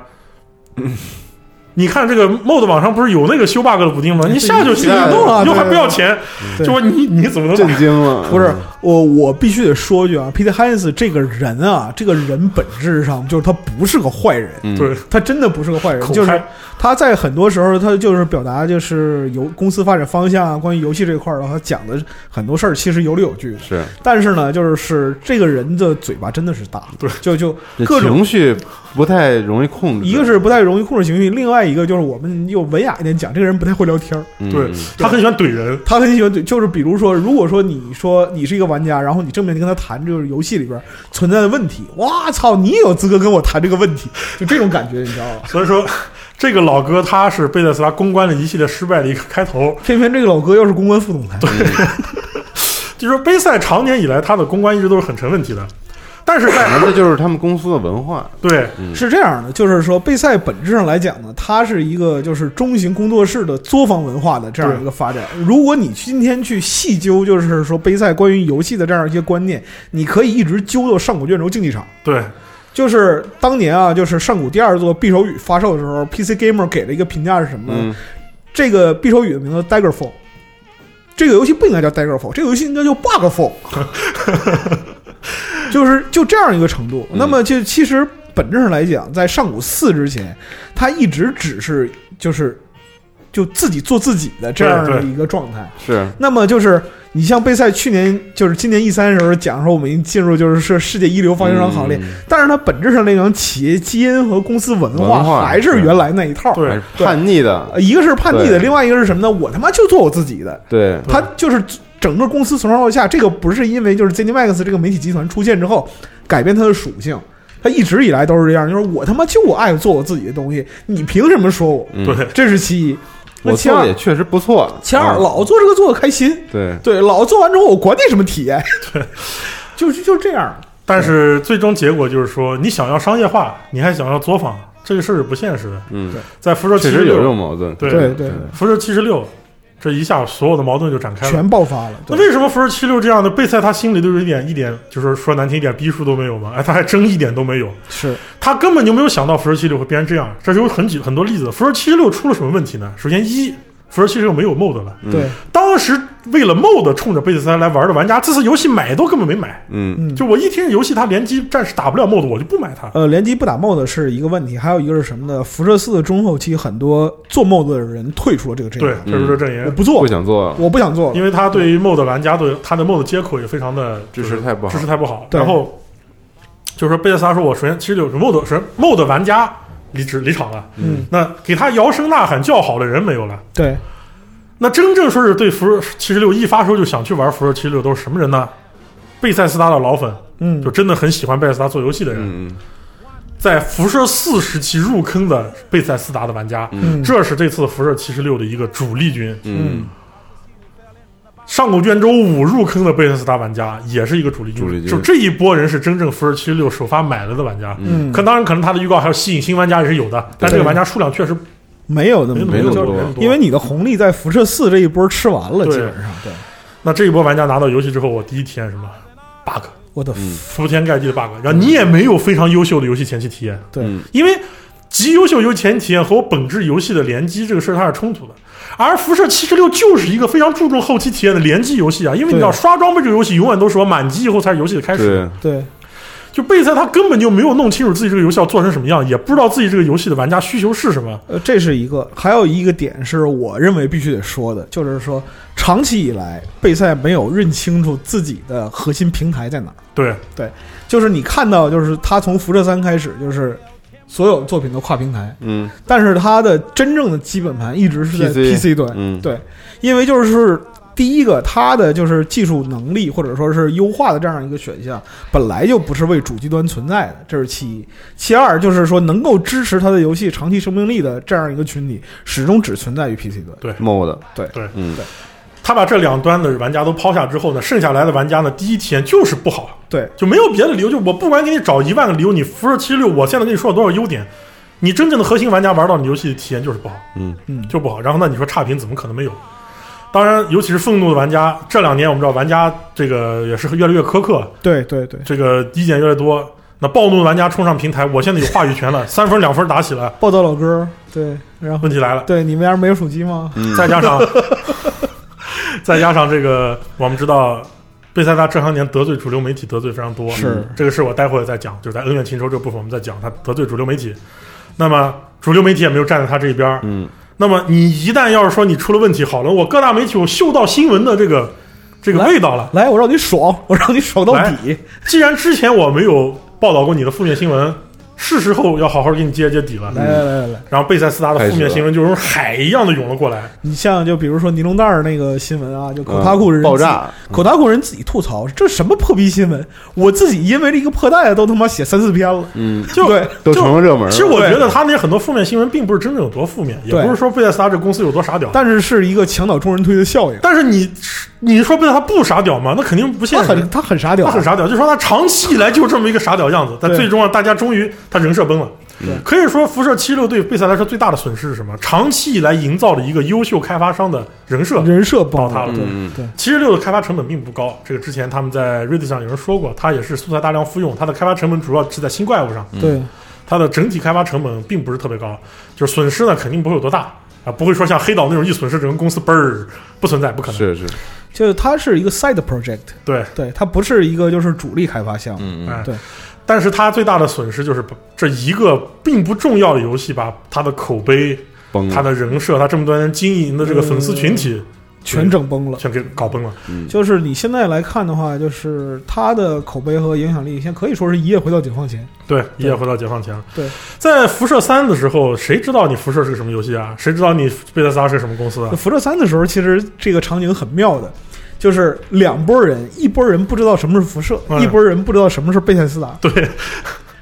D: 你看这个 mod 网上不是有那个修 bug 的补丁吗？你下就行
B: 你
D: 动
C: 下
D: 了，
C: 就
D: 你又还
C: 对
D: 不要钱，
C: 对
D: 就说你你怎么能
B: 震惊了，
C: 不是我，我必须得说一句啊，Peter Hines 这个人啊，这个人本质上就是他不是个坏人，
B: 嗯，
D: 对
C: 他真的不是个坏人，
D: 口
C: 就是
D: 嗨
C: 他在很多时候他就是表达就是游公司发展方向啊，关于游戏这块儿，然后他讲的很多事儿其实有理有据的。
B: 是
C: 但是呢，就是是这个人的嘴巴真的是大，
D: 对，
C: 就就
B: 这
C: 各种
B: 情绪不太容易控制，
C: 一个是不太容易控制情绪，另外一个就是我们又文雅一点讲，这个人不太会聊天儿。
B: 嗯
D: 对他很喜欢怼人，
C: 他很喜欢对，就是比如说，如果说你说你是一个玩家，然后你正面跟他谈就是游戏里边存在的问题，哇操，你也有资格跟我谈这个问题，就这种感觉，你知道 吧？
D: 所以说这个老哥他是贝塞斯拉公关的一系列失败的一个开头。
C: 偏偏这个老哥又是公关副总裁，
D: 就是杯赛常年以来，他的公关一直都是很成问题的，但是
B: 可
D: 在
B: 能这就是他们公司的文化，
D: 对
C: 是这样的，就是说贝赛本质上来讲呢，它是一个就是中型工作室的作坊文化的这样一个发展。如果你今天去细究，就是说贝赛关于游戏的这样一些观念，你可以一直揪到上古卷轴竞技场。
D: 对
C: 就是当年啊，就是上古第二座匕首雨发售的时候，PC Gamer 给了一个评价是什么呢？
B: 嗯，
C: 这个匕首雨的名字 Daggerfall，这个游戏不应该叫 Daggerfall，这个游戏应该 叫 Bugfall，就是就这样一个程度。
B: 嗯
C: 那么就其实本质上来讲，在上古四之前，它一直只是就是就自己做自己的这样
D: 对
C: 的
D: 对
C: 一个状态。
B: 是
C: 那么就是你像贝赛去年就是今年 E 三的时候讲说我们已经进入就是是世界一流发行商行列，
B: 嗯
C: 但是它本质上来讲，企业基因和公司文
B: 文
C: 化
B: 化
C: 还是
B: 是
C: 原来那一套。
D: 对，
B: 还是叛逆的，
C: 呃一个是叛逆
B: 对
C: 的，另外一个是什么呢？我他妈就做我自己的，
B: 对，
D: 对
C: 他就是整个公司从上到下，这个不是因为就是 ZeniMax 这个媒体集团出现之后改变它的属性，它一直以来都是这样，就是我他妈就我爱做我自己的东西，你凭什么说我？
B: 嗯
D: 对
C: 这是其 一。那
B: 我
C: 其
B: 做
C: 二
B: 的也，确实不错，
C: 其二，
B: 嗯
C: 老做这个做的开心，
B: 对，
C: 对，老做完之后我管你什么 体验，对，就就这样。
D: 但是最终结果就是说，你想要商业化，你还想要作坊，这个事儿是不现实的。
B: 嗯，
D: 在辐射
B: 确
D: 七
B: 实
D: 十
B: 有这
D: 六
B: 种，矛盾，
D: 对
C: 对对，
D: 辐射七十六，这一下所有的矛盾就展开了。
C: 全爆发了。
D: 那
C: 对
D: 为什么辐射七六这样的贝塞他心里都有一点一点，就是说难听一点逼数都没有吗？ 哎，他还真一点都没有，
C: 是
D: 他根本就没有想到辐射七六会变成这样。这是有很几很多例子的。辐射七六出了什么问题呢？首先一，辐射七六没有 mod 了。
B: 嗯
C: 对，
D: 当时为了 mod 冲着贝斯三来玩的玩家，这次游戏买都根本没买。
B: 嗯，
C: 嗯，
D: 就我一听游戏它联机暂时打不了 mod，我就不买它。
C: 呃，联机不打 mod 是一个问题，还有一个是什么呢？辐射四的中后期，很多做 mod 的人退出了这个阵
D: 对
C: 营，，
D: 这不是
B: 嗯
D: 阵营
C: 我，不做
B: 不，想做了，
C: 我不想做了。
D: 因为他对于 mod 玩家的他的 mod 接口也非常的
B: 支持太不好
D: 支持太不好。
C: 对
D: 然后就是说贝斯三说，我首先其实有 mod 是 mod 玩家离职离场了，
C: 嗯，
D: 那给他摇声呐喊叫好的人没有了。
C: 对，
D: 那真正说是对辐射七十六一发售就想去玩辐射七十六都是什么人呢？贝塞斯达的老粉，
C: 嗯
D: 就，真的很喜欢贝塞斯达做游戏的人，
B: 嗯
D: 在辐射四时期入坑的贝塞斯达的玩家，
C: 嗯，
D: 这是这次辐射七十六的一个主力军。
B: 嗯
D: 上古卷轴五入坑的贝塞斯达玩家也是一个主力军，
B: 主力军
D: 就这一波人是真正辐射七十六首发买了的玩家。
C: 嗯
D: 可当然，可能他的预告还有吸引新玩家也是有的，但这个玩家数量确实
C: 没有那么
D: 没
B: 那么
D: 多，
B: 多
D: 就是
C: 因为你的红利在辐射四这一波吃完了，
D: 对
C: 基本上。对，
D: 那这一波玩家拿到游戏之后，我第一体验是什么 bug，
C: 我的
B: 嗯
D: 铺天盖地的 bug，然后你也没有非常优秀的游戏前期体验，
C: 对
B: 嗯
D: 因为极优秀游戏前期体验和我本质游戏的联机这个事儿它是冲突的。而辐射七十六就是一个非常注重后期体验的联机游戏啊，因为你
C: 对
D: 要刷装备这个游戏，永远都是我满级以后才是游戏的开始。
B: 对，
C: 对，
D: 就贝塞他根本就没有弄清楚自己这个游戏要做成什么样，也不知道自己这个游戏的玩家需求是什么。
C: 呃，这是一个，还有一个点是我认为必须得说的，就是说长期以来，贝塞没有认清楚自己的核心平台在哪儿。
D: 对，
C: 就是你看到，就是他从辐射三开始，就是所有作品都跨平台，
B: 嗯
C: 但是他的真正的基本盘一直是在
B: PC
C: PC 端，
B: 嗯，
C: 对因为就是第一个，它的就是技术能力或者说是优化的这样一个选项，本来就不是为主机端存在的，这是其一。其二就是说，能够支持它的游戏长期生命力的这样一个群体，始终只存在于 PC 端。
B: ，mod，
C: 对
D: 对
B: 嗯
D: 他把这两端的玩家都抛下之后呢，剩下来的玩家呢，第一体验就是不好，
C: 对，
D: 就没有别的理由。就我不管给你找一万个理由，你辐射七六，我现在跟你说了多少优点，你真正的核心玩家玩到你游戏体验就是不好，
B: 嗯
C: 嗯，
D: 就不好。然后呢，你说差评怎么可能没有？当然，尤其是愤怒的玩家，这两年我们知道玩家这个也是越来越苛刻，
C: 对对对，
D: 这个意见越来越多。那暴怒的玩家冲上平台，我现在有话语权了，三分两分打起来。
C: 暴躁老哥，对，然后
D: 问题来了，
C: 对你们家没有手机吗？
B: 嗯，
D: 再加上再加上这个，我们知道贝塞达这些年得罪主流媒体得罪非常多，
C: 是
D: 这个事我待会儿再讲，就是在恩怨情仇这部分我们再讲，他得罪主流媒体，那么主流媒体也没有站在他这一边儿。
B: 嗯
D: 那么你一旦要是说你出了问题，好了，我各大媒体我嗅到新闻的这个这个
C: 来
D: 味道了。
C: 来，我让你爽，我让你爽到底。
D: 既然之前我没有报道过你的负面新闻，是时候要好好给你揭揭底
B: 嗯
D: 了。
C: 来来来来来，
D: 然后贝塞斯达的负面新闻就如海一样的涌了过来，
C: 你像就比如说尼龙袋儿那个新闻啊，就口
B: 嗯
C: 塔库人
B: 爆炸，
C: 口达库人自己吐槽，这什么破逼新闻？我自己因为这一个破袋子都他妈写三四篇了。
B: 嗯，
D: 就
C: 对
B: 都
D: 就
B: 成了热门了。
D: 其实我觉得他那很多负面新闻并不是真正有多负面，也
C: 对
D: 不是说贝塞斯达这公司有多傻屌。
C: 但是是一个墙倒众人推的效应，
D: 但是你你说贝塞斯达不傻屌吗？那肯定不现
C: 他
D: 实
C: 很。他很傻屌，
D: 他很傻屌，就说他长期以来就这么一个傻屌样子，但
C: 对嗯
D: 最终啊，大家终于他人设崩了
C: 对。
D: 可以说，辐射七六对贝塞来说最大的损失是什么？长期以来营造的一个优秀开发商的人设，
C: 人设崩
D: 倒塌了
C: 对
B: 嗯
C: 对，
D: 七十六的开发成本并不高，这个之前他们在 Reddit 上有人说过，它也是素材大量复用，它的开发成本主要是在新怪物上，
C: 对
D: 它的整体开发成本并不是特别高，就是损失呢肯定不会有多大啊，不会说像黑岛那种一损失整个公司嘣儿不存在，不可能。
B: 是是，
C: 就是它是一个 side project，
D: 对，
C: 对，它不是一个就是主力开发项目。
B: 嗯
D: 哎，
C: 对。
D: 但是它最大的损失就是这一个并不重要的游戏把它的口碑、
B: 崩了
D: 它的人设、它这么多年经营的这个粉丝群体
C: 全整崩了，
D: 全给搞崩了。
B: 嗯
C: 就是你现在来看的话，就是它的口碑和影响力，现在可以说是一夜回到解放前。
D: 对，一夜回到解放前。
C: 对，
D: 在辐射三的时候，谁知道你辐射是个什么游戏啊？谁知道你贝塞斯达是个什么公司啊
C: 那？辐射三的时候，其实这个场景很妙的，就是两拨人，一拨人不知道什么是辐射，
D: 嗯
C: 一拨人不知道什么是贝塞斯达。
D: 对，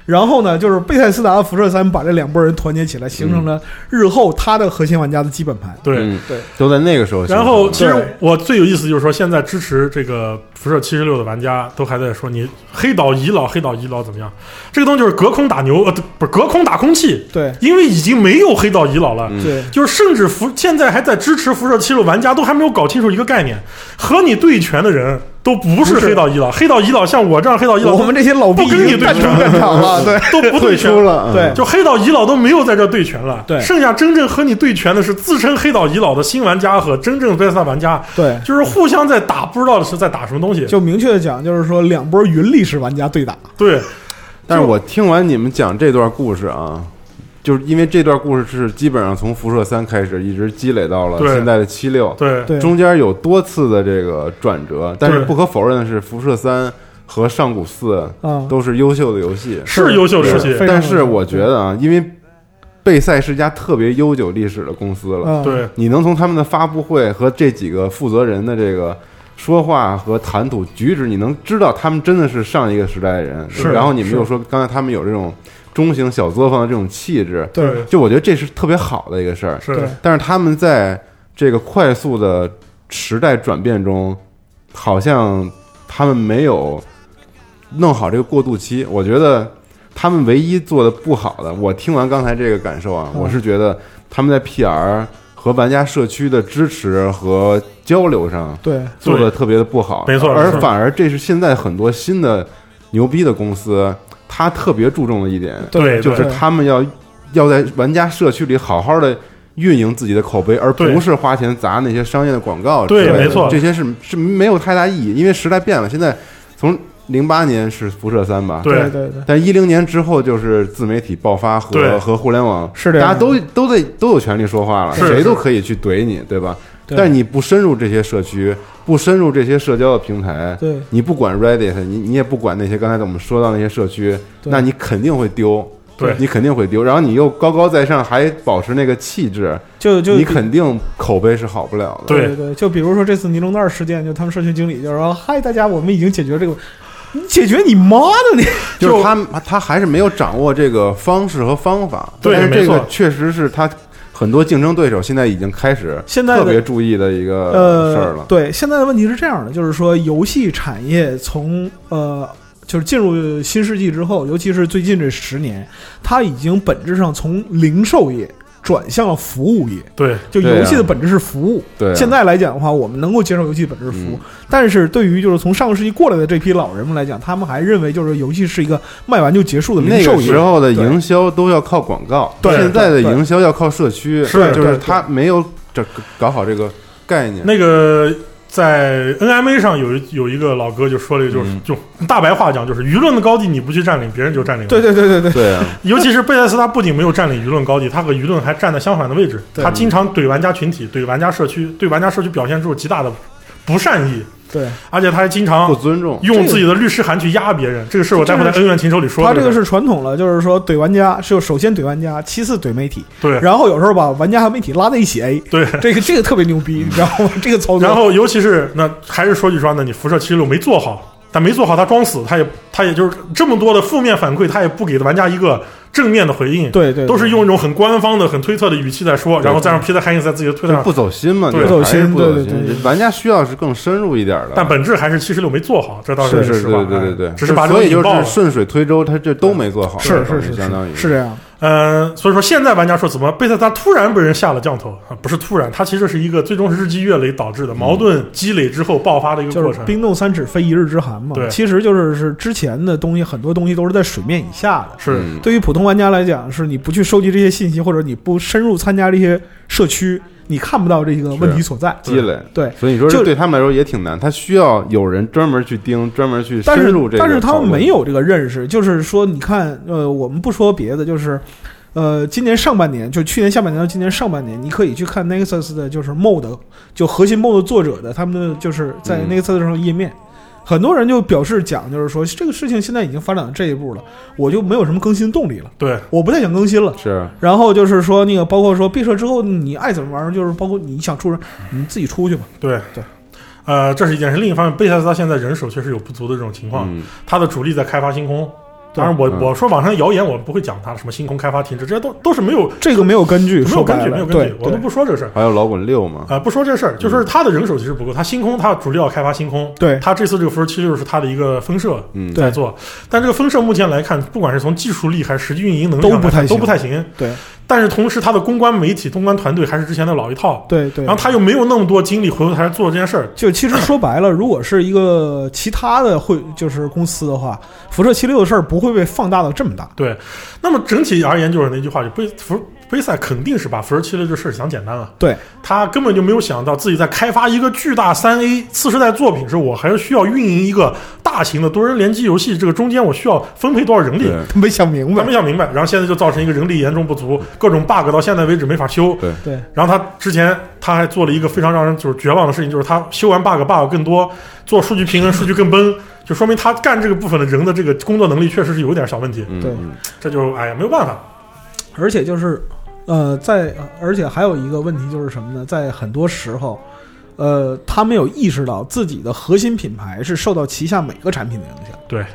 C: 然后呢，就是贝塞斯达和辐射三把这两拨人团结起来，形成了日后他的核心玩家的基本盘。
D: 对。
B: 嗯
C: 对，
B: 都在那个时候形成的。
D: 然后，其实
C: 对
D: 我最有意思就是说，现在支持这个辐射七十六的玩家都还在说你黑岛遗老，黑岛遗老怎么样？这个东西就是隔空打牛，呃，不是隔空打空气，
C: 对
D: 因为已经没有黑岛遗老了。
B: 嗯
C: 对
D: 就是甚至辐现在还在支持辐射七六玩家都还没有搞清楚一个概念，和你对拳的人都不是
C: 不是
D: 黑岛遗老，黑岛遗老像我这样黑岛遗老，
C: 我们这些老逼
D: 嗯不跟你
C: 已经
D: 对
C: 干
D: 着
C: 成干场 了，对
D: 都不对
B: 退
D: 拳
B: 出了，
C: 对
B: 嗯
D: 就黑岛遗老都没有在这对拳了，
C: 对
D: 剩下真正和你对拳的是自称黑岛遗老的新玩家和真正贝塞斯达玩家，
C: 对。
D: 就是互相在打，不知道是在打什么东西。
C: 就明确的讲，就是说两波云历史玩家对打，
D: 对，
B: 但是我听完你们讲这段故事啊，就是因为这段故事是基本上从辐射三开始，一直积累到了
D: 对
B: 现在的七六，
D: 对，
C: 对
B: 中间有多次的这个转折，但是
D: 对
B: 不可否认的是，辐射三和上古四
C: 啊
B: 都是优秀的游戏，
D: 是优秀的游戏
C: 是非常
B: 但是我觉得啊，因为贝塞是一家特别悠久历史的公司了，
C: 啊，
D: 对，
B: 你能从他们的发布会和这几个负责人的这个说话和谈吐举止，你能知道他们真的是上一个时代的人。
D: 是
B: 然后你们
D: 是
B: 又说刚才他们有这种中型小作坊的这种气质，
D: 对，
B: 就我觉得这是特别好的一个事儿。
D: 是
C: 对
B: 但是他们在这个快速的时代转变中，好像他们没有弄好这个过渡期。我觉得他们唯一做的不好的，我听完刚才这个感受啊，
C: 嗯
B: 我是觉得他们在 PR 和玩家社区的支持和交流上
C: 对
B: 做的特别的不好，
D: 没错
B: 而
D: 没错
B: 反而这是现在很多新的牛逼的公司，他特别注重的一点，
D: 对
B: 就是
C: 对
B: 他们要要在玩家社区里好好的运营自己的口碑，而
D: 对
B: 不是花钱砸那些商业的广告之
D: 对
B: 类的。
D: 没错
B: 这些是是没有太大意义，因为时代变了，现在从。零八年是辐射三吧？
D: 对
C: 对 对，
B: 但一零年之后就是自媒体爆发和
D: 对
B: 和互联网，
C: 是这
B: 大
C: 样
B: 家都都得都有权利说话了，
D: 是
B: 谁
D: 是
B: 都可以去怼你，对吧？
C: 对
B: 但你不深入这些社区，不深入这些社交的平台，
C: 对
B: 你不管 Reddit，你你也不管那些刚才我们说到那些社区，
C: 对
B: 那你肯定会丢，
D: 对
B: 你肯定会丢。然后你又高高在上，还保持那个气质，
C: 就就
B: 你肯定口碑是好不了的。
D: 对
C: 对对，就比如说这次尼龙袋事件，就他们社区经理就说：“嗨，大家，我们已经解决这个，你解决你妈的你！
B: 就是他他还是没有掌握这个方式和方法。
D: 对
B: 但是这
D: 没
B: 个
D: 错
B: 确实是他很多竞争对手现在已经开始
C: 现在的
B: 特别注意的一个事儿
C: 呃
B: 了，。
C: 对，现在的问题是这样的，就是说游戏产业从呃，就是进入新世纪之后，尤其是最近这十年，它已经本质上从零售业转向了服务业。
D: 对
C: 就
B: 对啊
C: 游戏的本质是服务。
B: 对啊
C: 现在来讲的话，我们能够接受游戏本质是服务，
B: 嗯
C: 但是对于就是从上个世纪过来的这批老人们来讲，他们还认为就是游戏是一个卖完就结束的零
B: 那
C: 售
B: 个
C: 业
B: 时。候的营销都要靠广告，
D: 对
B: 现在的
C: 对对
B: 营销要靠社区，
D: 是
B: 就
C: 对
B: 是
C: 对
B: 他没有这搞好这个概念。
D: 那个在 NMA 上有一有一个老哥就说了一个，就是、
B: 嗯
D: 就大白话讲，就是舆论的高地你不去占领，别人就占领了。
C: 对对对对对，
B: 对啊，
D: 尤其是贝塞斯，他不仅没有占领舆论高地，他和舆论还站在相反的位置。
C: 对
D: 他经常怼玩家群体，怼玩家社区，对玩家社区表现出极大的不善意，
C: 对
D: 而且他还经
B: 不
D: 常
B: 尊重，
D: 啊用自己的律师函去压别人。这个是我待会在
C: 这
D: 恩怨情仇里说
C: 他
D: 的。
C: 这个是传统了，就是说怼玩家是首先怼玩家，其次怼媒体，
D: 对
C: 然后有时候把玩家和媒体拉在一起，哎，
D: 对。
C: 这个这个特别牛逼，你知道吗？这个操作，
D: 然后尤其是那还是说句实话，那你辐射七六没做好，但没做好他装死，他也他也就是这么多的负面反馈，他也不给玩家一个正面的回应。。
C: 对对，对
D: 都是用一种很官方的、很推测的语气在说，然后再让皮特·汉因斯在自己的推特
B: 就
D: 上
B: 不走心嘛，
D: 啊对
B: 就是
D: 不
C: 走
B: 还是
C: 心
B: 不走
C: 对对对
B: 心。玩家需要是更深入一点的，
D: 但本质还是七十六没做好，这倒
B: 是
D: 实话。
B: 对对对对，
D: 哎只是把这
B: 所
D: 个
B: 以就
D: 引爆
B: 是
D: 了。
B: 顺水推舟，他这都没做好，
C: 是是是
B: 相当于
C: 是这样，
D: 嗯，所以说现在玩家说怎么贝塞斯达突然被人下了降头啊？不是突然，它其实是一个最终是日积月累导致的矛盾积累之后爆发的一个
C: 就
D: 过
C: 是
D: 程。
C: 冰冻三尺非一日之寒嘛。
D: 对
C: 其实就是是之前的东西，很多东西都是在水面以下的。
D: 是
B: 嗯
C: 对于普通玩家来讲，是你不去收集这些信息，或者你不深入参加这些社区，你看不到这个问题所在。
B: 积累。
C: 对，
B: 所以你说
C: 就
B: 这对他们来说也挺难，他需要有人专门去盯，专门去
C: 但
B: 深
C: 是
B: 入这个。
C: 但是他们没，有这个认识，就是说，你看，呃，我们不说别的，就是。呃，今年上半年，就去年下半年到今年上半年，你可以去看 Nexus 的，就是 Mod，就核心 Mod 作者的他们的就是在
B: 嗯
C: Nexus 上页面，很多人就表示讲，就是说这个事情现在已经发展到这一步了，我就没有什么更新动力了，
D: 对
C: 我不太想更新了。
B: 是
C: 然后就是说那个，包括说闭社之后你爱怎么玩儿，就是包括你想出人，你自己出去吧。
D: 对
C: 对。
D: 呃，这是一件事。另一方面，贝塞斯达现在人手确实有不足的这种情况，
B: 嗯，
D: 它的主力在开发星空。
C: 对
D: 当然我，我、
B: 嗯
D: 说网上谣言，我们不会讲它什么星空开发停止，这些都都是没有
C: 这个没有根据，
D: 没
C: 说
D: 有根
C: 白
D: 据，没有
C: 了，
D: 根
C: 对
D: 据，，我都
C: 对
D: 不说这事儿。
B: 还有老滚六
C: 啊
B: 嘛，
D: 呃，不说这事儿，
B: 嗯
D: 就是他的人手其实不够，他星空他主力要开发星空，
C: 对
D: 他这次这个辐射七六是他的一个分社
B: 嗯，
C: 对
D: 在做，但这个分社目前来看，不管是从技术力还是实际运营能力上
C: 都不
D: 来
C: 太
D: 看都
C: 行
D: 不太行，
C: 对
D: 但是同时他的公关媒体、公关团队还是之前的老一套，
C: 对对
D: 然。后他又没有那么多精力回过头来做这件事儿，
C: 就其实说白了，如果是一个其他的会就是公司的话，辐射七六的事儿不会被放大到这么大。
D: 对，那么整体而言就是那句话，就杯福杯赛肯定是把福尔七六这事儿想简单了，
C: 对
D: 他根本就没有想到自己在开发一个巨大三 A 次世代作品时，我还需要运营一个大型的多人联机游戏，这个中间我需要分配多少人力。
B: 对
C: 他没想明
D: 咱
C: 白
D: 们。想明白，然后现在就造成一个人力严重不足，各种 bug 到现在为止没法修。
B: 对
C: 对
D: 然后他之前他还做了一个非常让人就是绝望的事情，就是他修完 bug bug 更多，做数据平衡数据更崩，就说明他干这个部分的人的这个工作能力确实是有点小问题。
B: 嗯
C: 对
B: 嗯
D: 这就哎呀没有办法，
C: 而且就是，呃，在而且还有一个问题就是什么呢？在很多时候，呃，他没有意识到自己的核心品牌是受到旗下每个产品的影响。
D: 对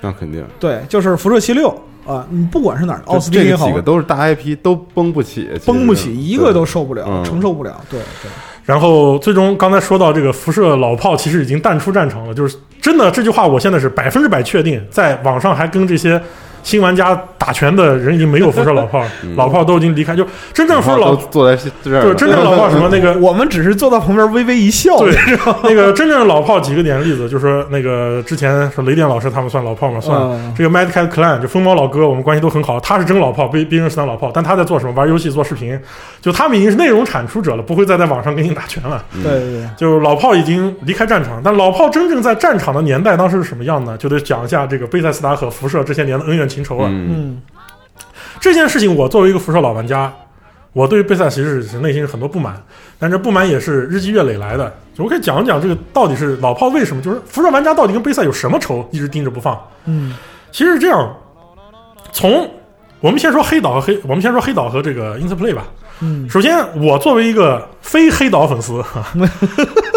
B: 那肯定。
C: 对，就是辐射七六啊，你不管是哪儿的，奥斯汀
B: 这
C: 也
B: 这
C: 好
B: 几，个都是大 IP，都崩不起，其实
C: 崩不起，一个都受不
B: 嗯
C: 了，承受不了。对对，
D: 然后最终刚才说到这个辐射老炮其实已经淡出战场了，就是真的这句话我现在是百分之百确定，在网上还跟这些新玩家打拳的人已经没有辐射老炮了，嗯老炮都已经离开，就真正辐射
B: 老
D: 老
B: 炮都坐在这儿了，
D: 对真正老炮什么那个
C: 我们只是坐到旁边微微一笑，
D: 对，那个真正的老炮几个点例子，就是说那个之前说雷电老师他们算老炮吗？算。
C: 嗯
D: 这个 Mad Cat Clan 这疯猫老哥，我们关系都很好，他是真老炮，被别人是当老炮，但他在做什么？玩游戏、做视频，就他们已经是内容产出者了，不会再在网上跟你打拳了。
C: 对对对，
D: 就老炮已经离开战场，但老炮真正在战场的年代当时是什么样呢？就得讲一下这个贝塞斯达和辐射这些年的恩怨情仇 了。
B: 嗯，
C: 嗯
D: 这件事情，我作为一个辐射老玩家，我对于贝塞其实是内心是很多不满，但这不满也是日积月累来的。就我可以讲一讲这个到底是老炮为什么，就是辐射玩家到底跟贝塞有什么仇，一直盯着不放。
C: 嗯
D: 其实是这样，从我们先说黑岛和黑，我们先说黑岛和这个 Interplay 吧。
C: 嗯
D: 首先，我作为一个非黑岛粉丝， 哈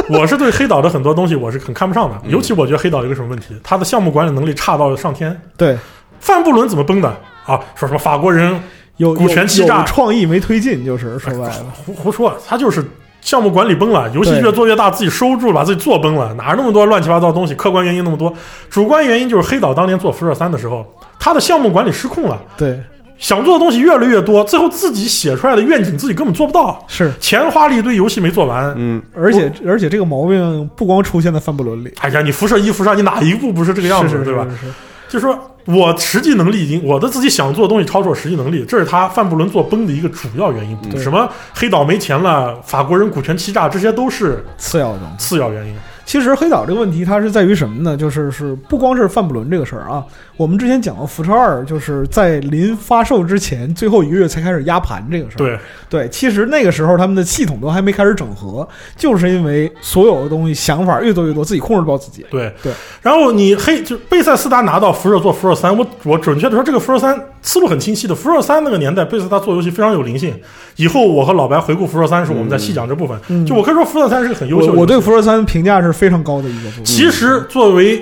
D: 我是对黑岛的很多东西我是很看不上的。
C: 嗯
D: 尤其我觉得黑岛有一个什么问题，它的项目管理能力差到上天。
C: 对，
D: 范布伦怎么崩的啊？说什么法国人
C: 有
D: 股权欺
C: 有
D: 诈
C: 有创意没推进，就是说白了，
D: 胡胡说，他就是项目管理崩了，游戏
C: 对
D: 越做越大，自己收住了，把自己做崩了，哪儿那么多乱七八糟的东西？客观原因那么多，主观原因就是黑岛当年做辐射三的时候，他的项目管理失控了，
C: 对，
D: 想做的东西越来越多，最后自己写出来的愿景自己根本做不到，
C: 是，
D: 钱花了一堆，游戏没做完。
B: 嗯，
C: 而且而且这个毛病不光出现在范布伦里，
D: 哎呀，你辐射一、辐射二，你哪一步不是这个样子，
C: 是是
D: 对吧？
C: 是是
D: 就说我实际能力已经，我的自己想做的东西超出我实际能力，这是他范布伦做崩的一个主要原因。
C: 对
D: 什么黑岛没钱了，法国人股权欺诈，这些都是
C: 次要的东西。
D: 次要原因。
C: 其实黑岛这个问题，它是在于什么呢？就是是不光是范布伦这个事儿啊，我们之前讲过辐射二，就是在临发售之前最后一个月才开始压盘这个事儿。
D: 对，
C: 对，其实那个时候他们的系统都还没开始整合，就是因为所有的东西想法越多越多，自己控制不了自己。
D: 对
C: 对。
D: 然后你黑就贝塞斯达拿到辐射做辐射三，我我准确的说，这个辐射三思路很清晰的。辐射三那个年代，贝塞斯达做游戏非常有灵性。以后我和老白回顾辐射三的时候，我们再细讲这部分。
C: 嗯
D: 就我可以说，辐射三是个很优秀的
C: 我
D: 游戏
C: 我对辐射三评价是非常高的一个部分。
D: 其实作为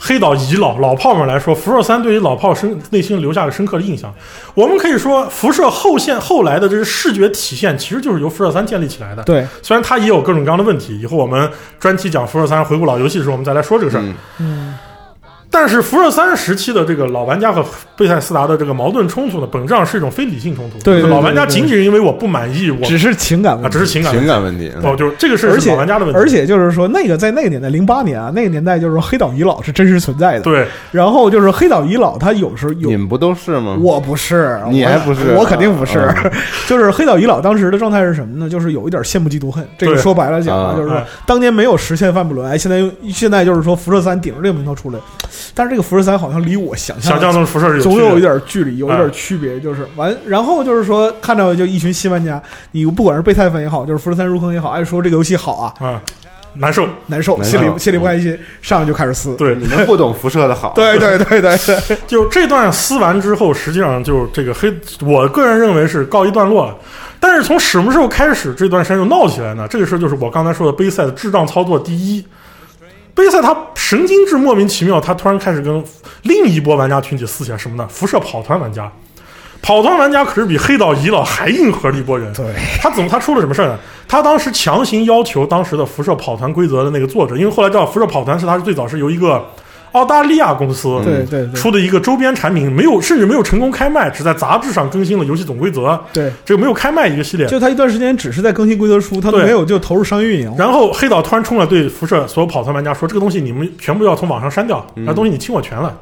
D: 黑岛遗老老炮们来说，辐射三对于老炮深内心留下了深刻的印象。我们可以说，辐射后现后来的这个视觉体现，其实就是由辐射三建立起来的。
C: 对，
D: 虽然它也有各种各样的问题，以后我们专题讲辐射三回顾老游戏的时候，我们再来说这个事儿。
B: 嗯
C: 嗯，
D: 但是辐射三时期的这个老玩家和贝塞斯达的这个矛盾冲突呢，本质上是一种非理性冲突。
C: 对对
D: 就是老
C: 对
D: 玩家
C: 对
D: 仅仅是因为我不满意，我
C: 只是情感问
D: 啊，
C: 题，
D: 只是情感
B: 情感问题，
D: 哦，就是这个事
C: 而
D: 儿是
C: 且
D: 老玩家的问题。
C: 而且就是说，那个在那个年代，零八年啊，那个年代就是说黑岛遗老是真实存在的。
D: 对，
C: 然后就是黑岛遗老，他有时候有
B: 你们不都是吗？
C: 我不是，
B: 嗯你
C: 我
B: 还不是
C: 我肯定不是。
B: 嗯
C: 就是黑岛遗老当时的状态是什么呢？就是有一点羡慕嫉妒恨。这个
D: 对
C: 说白了讲啊，
B: 啊
C: 就是说
D: 哎
C: 当年没有实现范布伦，哎，现在又现在就是说辐射三顶着这个名头出来，但是这个辐射三好像离我想象
D: 想
C: 的
D: 象中的辐射是有
C: 总
D: 区别嗯
C: 有
D: 的
C: 一点距离，有一点区别，就是完。然后就是说，看到就一群新玩家，你不管是备赛粉也好，就是辐射三入坑也好，爱哎说这个游戏好啊，
D: 啊，难受。
C: 难受，
B: 难
C: 心
B: 受嗯
C: 里心里不开心，上来就开始撕。
D: 对
B: 你，们不懂辐射的好，
C: 对对对对对，
D: 就这段撕完之后，实际上就这个黑，我个人认为是告一段落了。但是从什么时候开始这段时间又闹起来呢？这个事儿就是我刚才说的杯赛的智障操作第一。杯赛他神经质莫名其妙，他突然开始跟另一波玩家群体撕起来，什么呢？辐射跑团玩家，跑团玩家可是比黑岛遗老还硬核的一波人。
C: 对，
D: 他怎么他出了什么事儿呢？他当时强行要求当时的辐射跑团规则的那个作者，因为后来知道辐射跑团是他是最早是由一个澳大利亚公司
C: 对对对
D: 出的一个周边产品，没有甚至没有成功开卖，只在杂志上更新了游戏总规则，
C: 对，
D: 这个没有开卖一个系列。
C: 就他一段时间只是在更新规则书，他都
D: 对
C: 没有就投入商业运营。
D: 然后黑岛突然冲来对辐射所有跑团玩家说：“这个东西你们全部要从网上删掉，那东西你侵我权了。”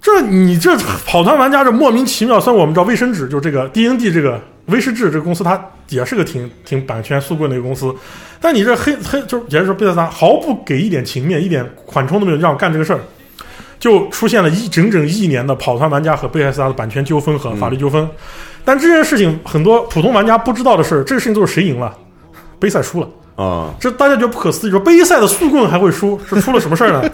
D: 这你这 跑团玩家这莫名其妙，虽然我们知道卫生纸就这个 D N D 这个威士忌这个公司，它也是个挺挺版权速棍的一个公司，但你这黑黑就是也是说贝塞斯达毫不给一点情面，一点缓冲都没有，让我干这个事儿，就出现了一整整一年的跑团玩家和贝塞斯达的版权纠纷和法律纠纷。但这件事情很多普通玩家不知道的事，这个事情就是谁赢了，杯赛输了。
B: 啊，
D: 这大家觉得不可思议，说杯赛的速棍还会输，是出了什么事儿呢？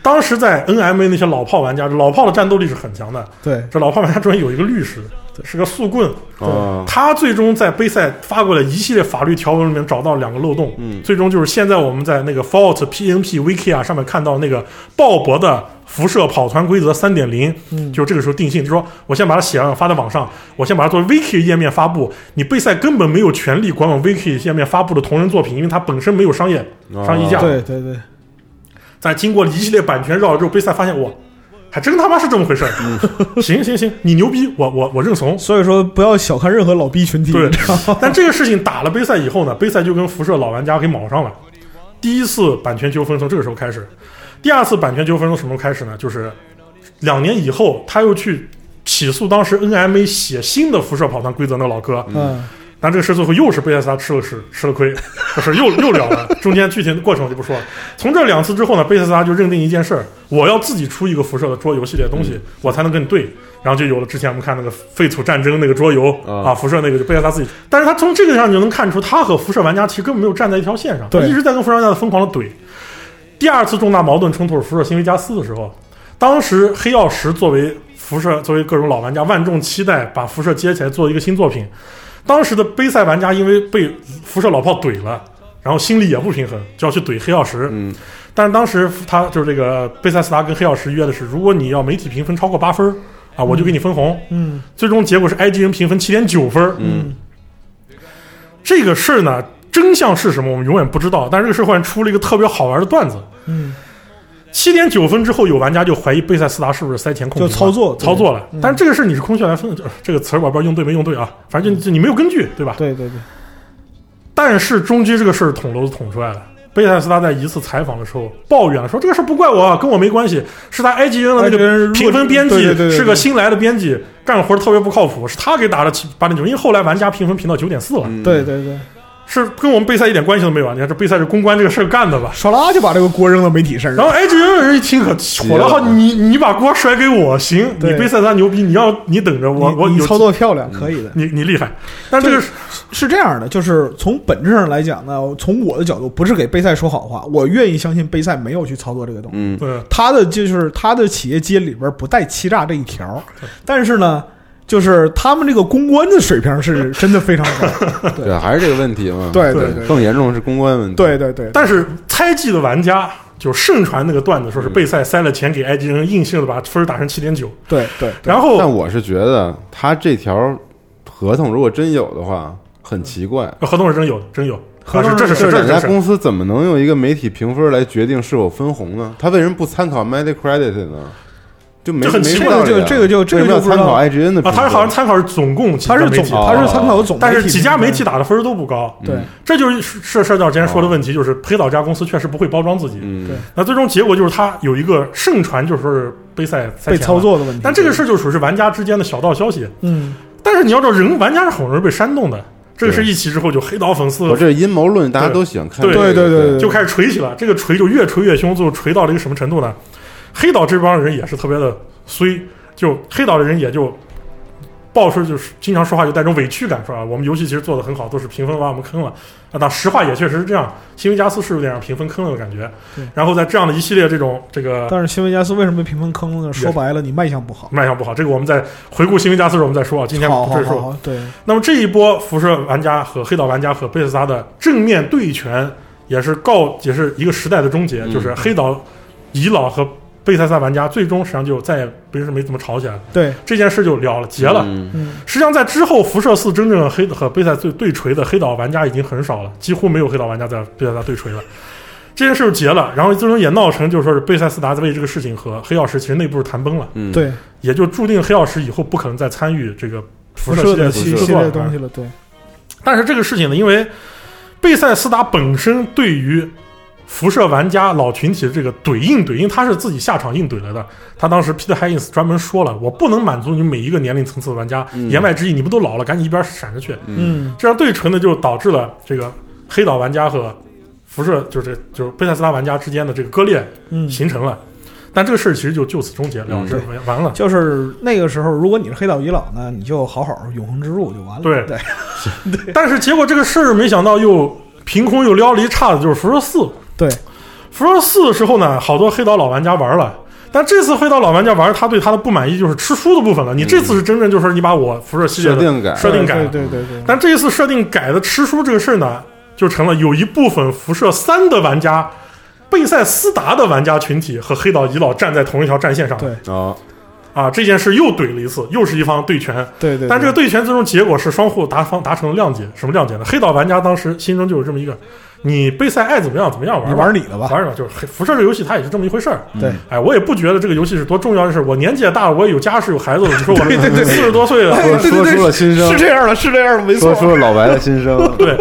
D: 当时在 NMA 那些老炮玩家，这老炮的战斗力是很强的。
C: 对，
D: 这老炮玩家中间有一个律师，是个速棍，
B: 啊，
D: 他最终在杯赛发过来一系列法律条文里面找到两个漏洞，
B: 嗯
D: 最终就是现在我们在那个 Fault PNP Wiki 啊上面看到那个鲍勃的辐射跑团规则三点零，
B: 嗯
D: 就这个时候定性，就说我先把它写上发到网上，我先把它作为 Wiki 页面发布，你杯赛根本没有权利管我 Wiki 页面发布的同人作品，因为它本身没有商业
B: 哦
D: 商议价。
C: 对对对，
D: 在经过一系列版权绕之后，杯赛发现哇，还真他妈是这么回事儿。
B: 嗯
D: 行行行，你牛逼，我我我认怂。
C: 所以说，不要小看任何老逼群体，你
D: 对
C: 知道 吗？
D: 但这个事情打了杯赛以后呢，杯赛就跟辐射老玩家给卯上了。第一次版权纠纷从这个时候开始，第二次版权纠纷从什么时候开始呢？就是两年以后，他又去起诉当时 NMA 写新的辐射跑团规则那个老哥，
C: 嗯，
D: 但这个事最后又是贝塞斯他吃了屎吃了亏，就是又又聊了。中间具体的过程我就不说了。从这两次之后呢，贝塞斯他就认定一件事儿：我要自己出一个辐射的桌游系列的东西，我才能跟你对。然后就有了之前我们看那个《废土战争》那个桌游、
B: 啊
D: 啊，辐射那个就贝塞斯他自己。但是他从这个上你就能看出，他和辐射玩家其实根本没有站在一条线上，他
C: 对
D: 一直在跟辐射玩家疯狂的怼。第二次重大矛盾冲突是辐射新维加斯的时候，当时黑曜石作为辐射作为各种老玩家万众期待，把辐射接起来做一个新作品。当时的杯赛玩家因为被辐射老炮怼了，然后心里也不平衡，就要去怼黑曜石。
B: 嗯，
D: 但是当时他就是这个贝塞斯达跟黑曜石约的是，如果你要媒体评分超过八分儿啊，我就给你分红。
C: 嗯，
D: 最终结果是 IGN 评分七点九分。
B: 嗯，
D: 这个事儿呢，真相是什么我们永远不知道，但是这个事儿忽然出了一个特别好玩的段子。
C: 嗯，
D: 七点九分之后，有玩家就怀疑贝塞斯达是不是塞钱控制
C: 就操作对
D: 操作了
C: 嗯。
D: 但是这个事儿你是空穴来风，呃这个词儿我不知道用对没用对啊，反正就就你没有根据，对吧？
C: 对对对，
D: 但是终究这个事儿捅娄子捅出来了。贝塞斯达在一次采访的时候抱怨了，说这个事儿不怪我，跟我没关系，是他 IGN 的那
C: IGN
D: 个
C: 弱
D: 评分编
C: 对对
D: 辑
C: 对对对
D: 是个新来的编辑，干活儿特别不靠谱，是他给打的七八点九，因为后来玩家评分评到九点四了，
B: 嗯
C: 对，对对，
D: 是跟我们贝塞一点关系都没有啊！你看这贝塞是公关这个事儿干的吧？
C: 少拉就把这个锅扔到媒体身
D: 然
C: 上，
D: 后 IGN 的人一听可火
B: 了
D: 了，哈你你把锅甩给我，行，你
C: 对
D: 贝塞斯达牛逼，你要你等着我，我
C: 你
D: 有嗯
C: 操作漂亮，可以的。
D: 你你厉害，但这个是
C: 是这样的，就是从本质上来讲呢，从我的角度，不是给杯赛说好话，我愿意相信杯赛没有去操作这个东西。
B: 嗯，
D: 对
C: 他的就是他的企业界里边不带欺诈这一条，但是呢，就是他们这个公关的水平是真的非常 高。
B: 对，还是这个问题嘛，
C: 对对对
B: 更严重的是公关问题，
C: 对对对，
D: 但是猜忌的玩家就盛传那个段子，说是贝塞塞了钱给 IGN，硬性的把分儿打成七点九，
C: 对对对，
D: 然
B: 但
D: 后
B: 我是觉得他这条合同如果真有的话，很奇怪。
D: 合呃同是真有的，真有，
C: 合
D: 啊
C: 同
D: 是
C: 是
D: 这是
B: 这
D: 是
B: 两
D: 这
B: 家
D: 是
B: 公司怎么能用一个媒体评分来决定是否分红呢？他为什么不参考 Metacritic 呢？就没
D: 这很
B: 没
D: 奇
C: 怪
B: 道理啊
C: 这个就这个就这个
B: 为什么要
C: 就不知
B: 参
C: 道
B: 考 IGN 的评分
D: 啊，他好像参考是总共几家
C: 他是
D: 媒
C: 总
D: 体啊
B: 哦
C: 他是参考总，
D: 但是几家媒体打的分儿都不高，
C: 对
D: 这就是社社教之前说的问题，就是黑岛这家公司确实不会包装自己。
B: 嗯
C: 对
D: 那最终结果就是他有一个盛传，就是说是杯赛塞
C: 被
D: 钱
C: 操
D: 了。
C: 作的问题。
D: 但这个事儿就属于是玩家之间的小道消息。
C: 嗯，
D: 但是你要知道，人玩家是很容易被煽动的。这个事
B: 对
D: 一起之后，就黑岛粉丝
B: 我这是阴谋论，大家都喜欢看
D: 嗯对
B: 这个。嗯
C: 对对对
D: 就开始锤起来，这个锤就越锤越凶，最后锤到了一个什么程度呢？黑岛这帮人也是特别的衰，就黑岛的人也就爆出就是经常说话就带种委屈感，说啊，我们游戏其实做的很好，都是评分把我们坑了。啊，当实话也确实是这样，新维加斯是有点让评分坑了的感觉
C: 对。
D: 然后在这样的一系列这种这个
C: 但是新闻加斯为什么被评分坑呢？说白了，你卖相不好。
D: 卖相不好，这个我们在回顾新维加斯的时候我们再说啊，今天
C: 好
D: 不
C: 好
D: 赘述
C: 好。好，对，
D: 那么这一波辐射玩家和黑岛玩家和贝斯达的正面对拳，也是告也是一个时代的终结，
B: 嗯
D: 就是黑岛遗老和贝塞斯达玩家最终实际上就再也不是没怎么吵起来了，
C: 对，
D: 这件事就了了结了。
B: 嗯
C: 嗯，
D: 实际上，在之后辐射四真正的黑和贝塞对对锤的黑岛玩家已经很少了，几乎没有黑岛玩家在贝塞斯达对锤了。这件事就结了，然后最终也闹成就是说是贝塞斯达为这个事情和黑曜石其实内部是谈崩了，
B: 嗯，
C: 对，
D: 也就注定黑曜石以后不可能再参与这个
C: 辐
D: 辐
C: 射
D: 射啊
C: 的
D: 系
C: 系
D: 列
C: 系
D: 制作
C: 列的
D: 了
C: 东西了，对，
D: 但是这个事情呢，因为贝塞斯达本身对于辐射玩家老群体的这个怼硬怼，因为他是自己下场硬怼来的。他当时 Peter Higgins 专门说了，我不能满足你每一个年龄层次的玩家，
B: 嗯
D: 言外之意，你们都老了，赶紧一边闪着去。
C: 嗯
D: 这样对纯的就导致了这个黑岛玩家和辐射就是就是贝塞斯达玩家之间的这个割裂
C: 嗯，
D: 形成了。但这个事儿其实就就此终结了
B: 嗯
D: 之，完完了。
C: 就是那个时候，如果你是黑岛遗老呢，你就好好永恒之路就完了。
D: 对
C: 对，
D: 但是结果这个事儿没想到又凭空又撩了一岔子，就是辐射四。
C: 对，
D: 辐射四的时候呢，好多黑岛老玩家玩了。但这次黑岛老玩家玩，他对他的不满意就是吃书的部分了。你这次是真正就是你把我辐射系列
B: 设
D: 的，
B: 定感，
D: 设定改嗯
C: 对对对对。
D: 但这一次设定改的吃书这个事儿呢，就成了有一部分辐射三的玩家、贝塞斯达的玩家群体和黑岛遗老站在同一条战线上。
C: 对
B: 啊，
D: 啊，这件事又怼了一次，又是一方对拳。
C: 对对，
D: 但这个对拳最终结果是双户达方达成了谅解。什么谅解呢？黑岛玩家当时心中就有这么一个你备赛爱怎么样怎么样玩
E: 你
D: 吧
E: 玩你的吧，
D: 玩儿吧，就是很辐射这个游戏它也是这么一回事儿。
C: 嗯
E: 对，
D: 哎，我也不觉得这个游戏是多重要的事儿。我年纪也大了，我也有家室有孩子了。你说我 四十多岁了，
E: 哎对
B: 说
E: 对对
B: 出了心声
E: 是这样的，是这样的，没错
B: 说。出了老白的心声，
D: 对，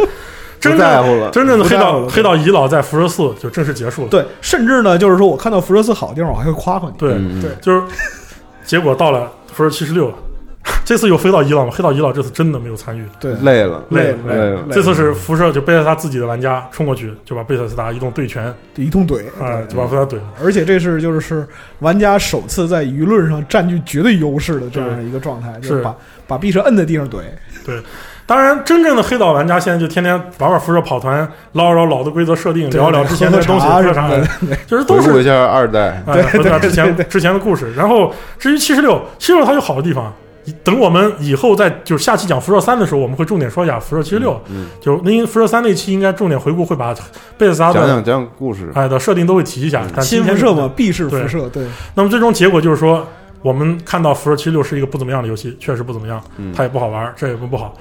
D: 真
B: 在乎了
D: 正真正的
E: 不
D: 黑
E: 在乎
D: 道
E: 了
D: 黑道遗老在辐射四就正式结束了。
C: 对，甚至呢，就是说我看到辐射四好的地方，我还会夸夸你。
D: 对，
B: 嗯
C: 对
D: 就是结果到了 辐射七十六，这次有黑道遗老吗？黑道遗老这次真的没有参与，
C: 对，
B: 累了，
D: 累
B: 累
D: 了。
B: 了，
D: 这次是辐射就贝塞斯达自己的玩家冲过去，就把贝塞斯达一顿对拳，
C: 一通怼。
D: 啊，就把贝塞斯达怼了。
C: 而且这是就是是玩家首次在舆论上占据绝对优势的这样一个状态，就是是把把匕蛇摁在地上怼。
D: 当然，真正的黑岛玩家现在就天天玩玩辐射跑团，唠一唠老的规则设定，
C: 对
D: 聊一聊之前的东西，
C: 喝
D: 喝
C: 喝茶
D: 啥
C: 什么的，
D: 就是都
B: 回顾
D: 是
B: 一下二代，
D: 哎，回到之前之前的故事。然后至于七十六，七十六它有好的地方。等我们以后在就是下期讲辐射三的时候，我们会重点说一下辐射七十六。
B: 嗯，
D: 就那因为辐射三那期应该重点回顾，会把贝塞斯达
B: 讲
D: 的
B: 讲讲讲故事，
D: 哎的设定都会提一下。但今
C: 新
D: 天
C: 辐射嘛，必是
D: 对
C: 辐射，对，
D: 那么最终结果就是说，我们看到《辐射七六》是一个不怎么样的游戏，确实不怎么样，
B: 嗯
D: 它也不好玩，这也不不好。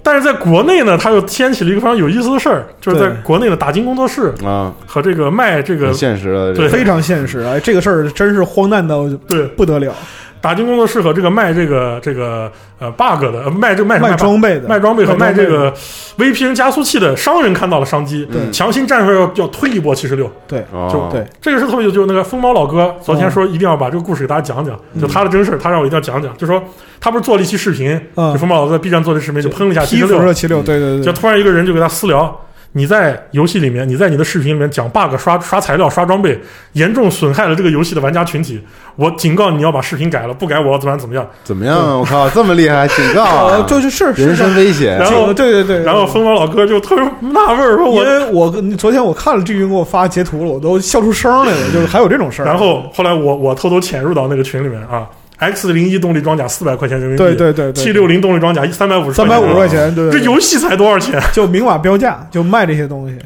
D: 但是在国内呢，它又掀起了一个非常有意思的事儿，就是在
C: 对
D: 国内的打金工作室
B: 啊，
D: 和这个卖这个
B: 很现实的，这
D: 对
B: 个
C: 非常现实啊！这个事儿真是荒诞到
D: 对
C: 不得了，
D: 打金工作室和这个卖这个这个呃 bug 的呃卖这个卖什么
C: 卖
D: bug？
C: 装备的，
D: 卖装备和卖
C: 卖
D: 这
C: 装备
D: 个微 p n 加速器的商人看到了商机，
B: 对
D: 强行站出来要要推一波七十六。
C: 对
B: 哦，
C: 对，
D: 这个是特别有就是那个疯猫老哥
C: 嗯
D: 昨天说一定要把这个故事给大家讲讲，就他的真事儿，他让我一定要讲讲，就说他不是做了一期视频，
C: 嗯
D: 就疯猫老哥在 B 站做的视频，就喷了一下七
C: 踢
D: 十
C: 辐
D: 六嗯
C: 射，七六，对对
D: 就
C: 对，
D: 突然一个人就给他私聊。你在游戏里面，你在你的视频里面讲 bug 刷刷材料、刷装备，严重损害了这个游戏的玩家群体。我警告你要把视频改了，不改我要怎么样怎么
C: 哎
D: 样。
B: 怎么样啊？我靠，这么厉害，警告
C: 呃，
D: 哦嗯
B: 啊，
C: 就是是
B: 人
C: 是
B: 身
C: 的，
B: 危险
D: 然，后
C: 对对对对，
D: 然后疯猫老哥就特别纳闷儿说
C: 因
D: 我
C: 为我你昨天我看了志云给我发截图了，我都笑出声来了，就是还有这种事儿。
D: 嗯然后后来我我偷偷潜入到那个群里面啊，X 零一动力装甲四百块钱人民币，
C: 对对对对，
D: 七六零动力装甲三百五十，啊
C: 三百五十块钱，对，
D: 这
C: 对对
D: 游戏才多少钱？
C: 就明码标价就卖这些东西，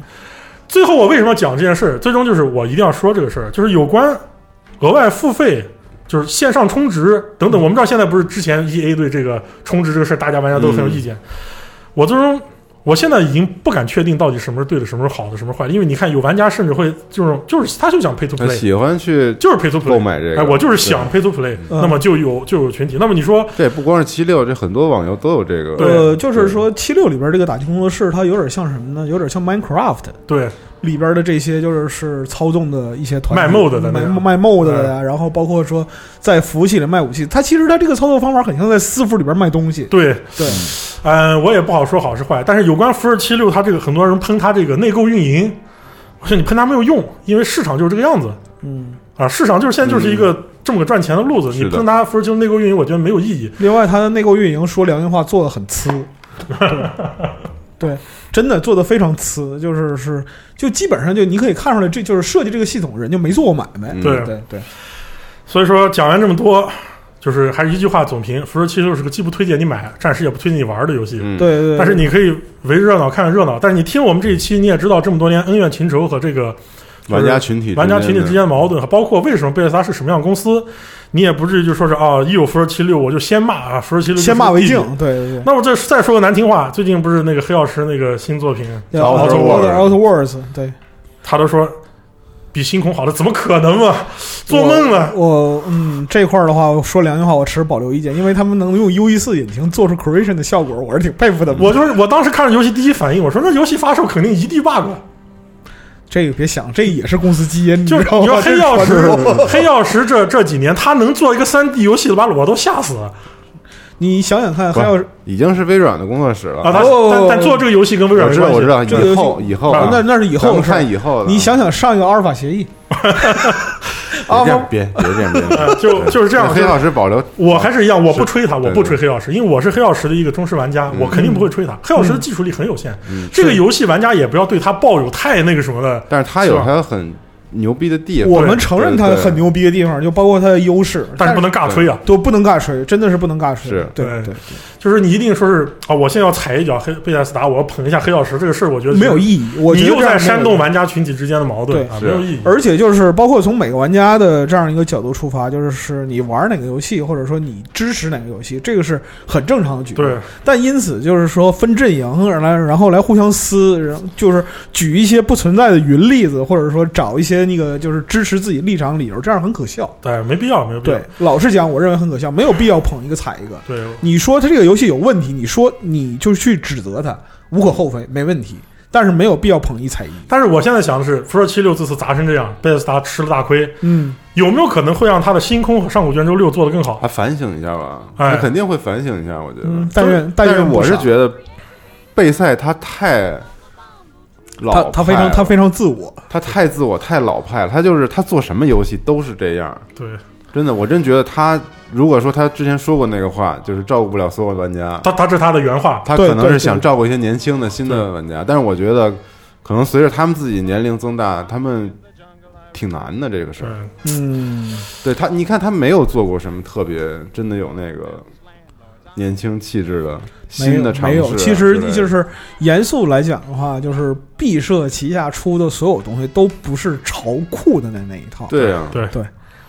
D: 最后我为什么要讲这件事儿？最终就是我一定要说这个事儿，就是有关额外付费。就是线上充值等
C: 嗯
D: 等，我们知道现在不是之前 E A 对这个充值这个事儿，大家玩家都很有
C: 嗯
D: 意见。我最终，我现在已经不敢确定到底什么是对的，什么是好的，什么是坏的，因为你看有玩家甚至会这种，就是他就想 pay to
B: 他
D: play，
B: 喜欢去
D: 就是 pay to play，
B: 购买这个
D: 哎，我就是想 pay to play，
C: 嗯
D: 那么就有就有群体。那么你说，
B: 这也不光是七六，这很多网游都有这个。
D: 对
C: 呃，就是说七六里边这个打击工作室，它有点像什么呢？有点像 Minecraft
D: 对
C: 里边的这些，就是是操纵的一些团
D: 卖 mod 的那
C: 卖
D: 种
C: 卖 mod 的呀，然后包括说在服务器里卖武器，它其实它这个操作方法很像在私服里边卖东西。
D: 对，
C: 对，
D: 嗯，我也不好说好是坏，但是有关福尔七六，它这个很多人喷它这个内购运营，我说你喷它没有用，因为市场就是这个样子
C: 嗯。
D: 啊，市场就是现在就是一个这么个赚钱的路子，
B: 嗯是
D: 你
B: 的
D: 喷它福尔七六内购运营，我觉得没有意义。
C: 另外，它的内购运营说良心话做的很呲， 对，对真的做的非常呲，就是是就基本上就你可以看出来，这就是设计这个系统人就没做过买卖。
B: 嗯
D: 对
C: 对对，
D: 所以说讲完这么多，就是还是一句话总评，福尔七六是个既不推荐你买，暂时也不推荐你玩的游戏。
B: 嗯，
C: 对对，
D: 但是你可以围着热闹看看热闹，但是你听我们这一期，你也知道这么多年恩怨情仇和这个
B: 玩家群体，
D: 玩家群体之间的矛盾，包括为什么贝塞斯达是什么样的公司，你也不至于就说是啊，一有辐射七六我就先骂啊，辐射七六
C: 先骂为敬
D: 敬。，
C: 对对
D: 那我再再说个难听话，最近不是那个黑曜石那个新作品，
C: 对
B: Outer Worlds
C: Outer Worlds，对，
D: 他都说比星空好的，怎么可能嘛？做梦啊！
C: 我嗯这块儿的话，我说良心话，我持保留意见，因为他们能用 U E 四引擎做出 Creation 的效果，我是挺佩服的。
D: 我就是我当时看着游戏第一反应，我说那游戏发售肯定一地 bug，
C: 这个别想，这也是公司基因，
D: 就是
C: 你
D: 你
C: 知道吗 这是
D: 说？黑曜石
C: 传说，
D: 黑曜石这这几年他能做一个三 D 游戏，把我都吓死了
C: 你想想看，
B: 不
C: 还有
B: 已经是微软的工作室了
D: 啊！他
C: 哦
D: 但但做这个游戏跟微软
B: 我
D: 没
B: 知道，
D: 关系，
B: 我知道，
C: 这个游戏
B: 以后以后啊
C: 那那是以
B: 咱
C: 后
B: 们
C: 的事儿
B: 看以后的。啊
C: 你想啊想上一个阿尔法 协议，
B: 别这
C: 阿尔
B: 样，
C: 法
B: 别别这 样，别这
D: 呃
C: 啊
B: 样，
D: 就就是这样
B: 那
D: 就
B: 黑曜石保留，
D: 我还是一样，我不吹它，
B: 对
D: 我不吹黑曜石，因为我是黑曜石的一个忠实玩家，
C: 嗯
D: 我肯定不会吹它。黑曜石的技术力很有限，这个游戏玩家也不要对它抱有太那个什么的。
B: 但是它有它很牛逼的地方。
C: 我们承认它
B: 对对
C: 很牛逼的地方，就包括它的优势，
D: 但是不能尬吹啊！
C: 都不能尬吹，真的是不能尬吹。
B: 是
C: 对
D: 对
C: 对，
D: 就是你一定说是啊，我现在要踩一脚黑贝塞斯达，我要捧一下黑曜石，这个事儿我觉得是
C: 没有意义。我觉
D: 你
C: 得
D: 又
C: 这样
D: 在
C: 没有
D: 煽
C: 意义
D: 动玩家群体之间的矛盾啊，
B: 对
D: 没有意义。
C: 而且就是包括从每个玩家的这样一个角度出发，就是是你玩哪个游戏，或者说你支持哪个游戏，这个是很正常的举动。
D: 对，
C: 但因此就是说分阵营，然后然后来互相撕，然后就是举一些不存在的云例子，或者说找一些那个就是支持自己立场的理由，这样很可笑。
D: 对，没必要，没有必要
C: 对。，老实讲，我认为很可笑，没有必要捧一个踩一个。
D: 对，
C: 你说他这个游戏有问题，你说你就去指责他，无可厚非，没问题。但是没有必要捧一踩一。
D: 但是我现在想的是，辐射七六这次砸成这样，贝塞斯达吃了大亏，
C: 嗯，
D: 有没有可能会让他的星空和上古卷轴六做得更好？
B: 他反省一下吧，
D: 哎
B: 他肯定会反省一下，我觉得。
C: 嗯但愿
B: 但是
C: 愿
B: 我
C: 不
B: 是
C: 少
B: 觉得备赛他太老派
C: 他
B: 了，
C: 他非常他非常自我，
B: 他太自我太老派了，他就是他做什么游戏都是这样，
D: 对，
B: 真的，我真觉得他如果说他之前说过那个话，就是照顾不了所有的玩家，
D: 他他这是他的原话，
B: 他
C: 对
B: 可能
C: 对
B: 是想
C: 对
B: 照顾一些年轻的新的玩家，但是我觉得可能随着他们自己年龄增大，他们挺难的这个事儿。
D: 嗯，
C: 嗯，
B: 对他，你看他没有做过什么特别真的有那个年轻气质的
C: 没
B: 新
C: 有
B: 的尝
C: 没
B: 试啊
C: 有，
B: 之类的，
C: 其实就是严肃来讲的话，就是毕设旗下出的所有东西都不是潮酷的那那一套。，
B: 对啊，
D: 对，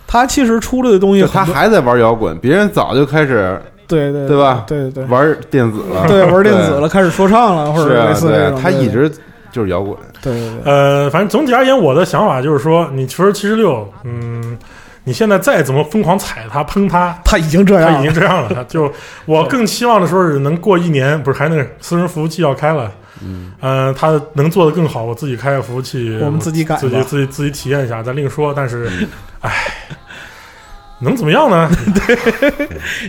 C: 他其实出了的东西
B: 就
C: 很
B: 他
C: 多，
B: 还在玩摇滚，别人早就开始
C: 对对
B: 对吧
C: 对对对。
B: 玩电子了，
C: 对，玩电子了，开始说唱了，或
B: 是
C: 者
B: 啊，
C: 类似这
B: 对
C: 种。
B: 他
C: 对
B: 一直就是摇滚，
C: 对对对，
D: 呃，反正总体而言，我的想法就是说，你其实七十六，嗯，你现在再怎么疯狂踩他、喷他，
C: 他已经这
D: 他
C: 样
D: 已
C: 了
D: 经。这样了。他就我更期望的说是能过一年，不是还那个私人服务器要开了，
B: 嗯，
D: 嗯，他能做得更好，我自己开个服务器，
C: 我们自己改
D: 自己
C: 吧
D: 自己自己体验一下，咱另说。但是，唉，能怎么 样呢？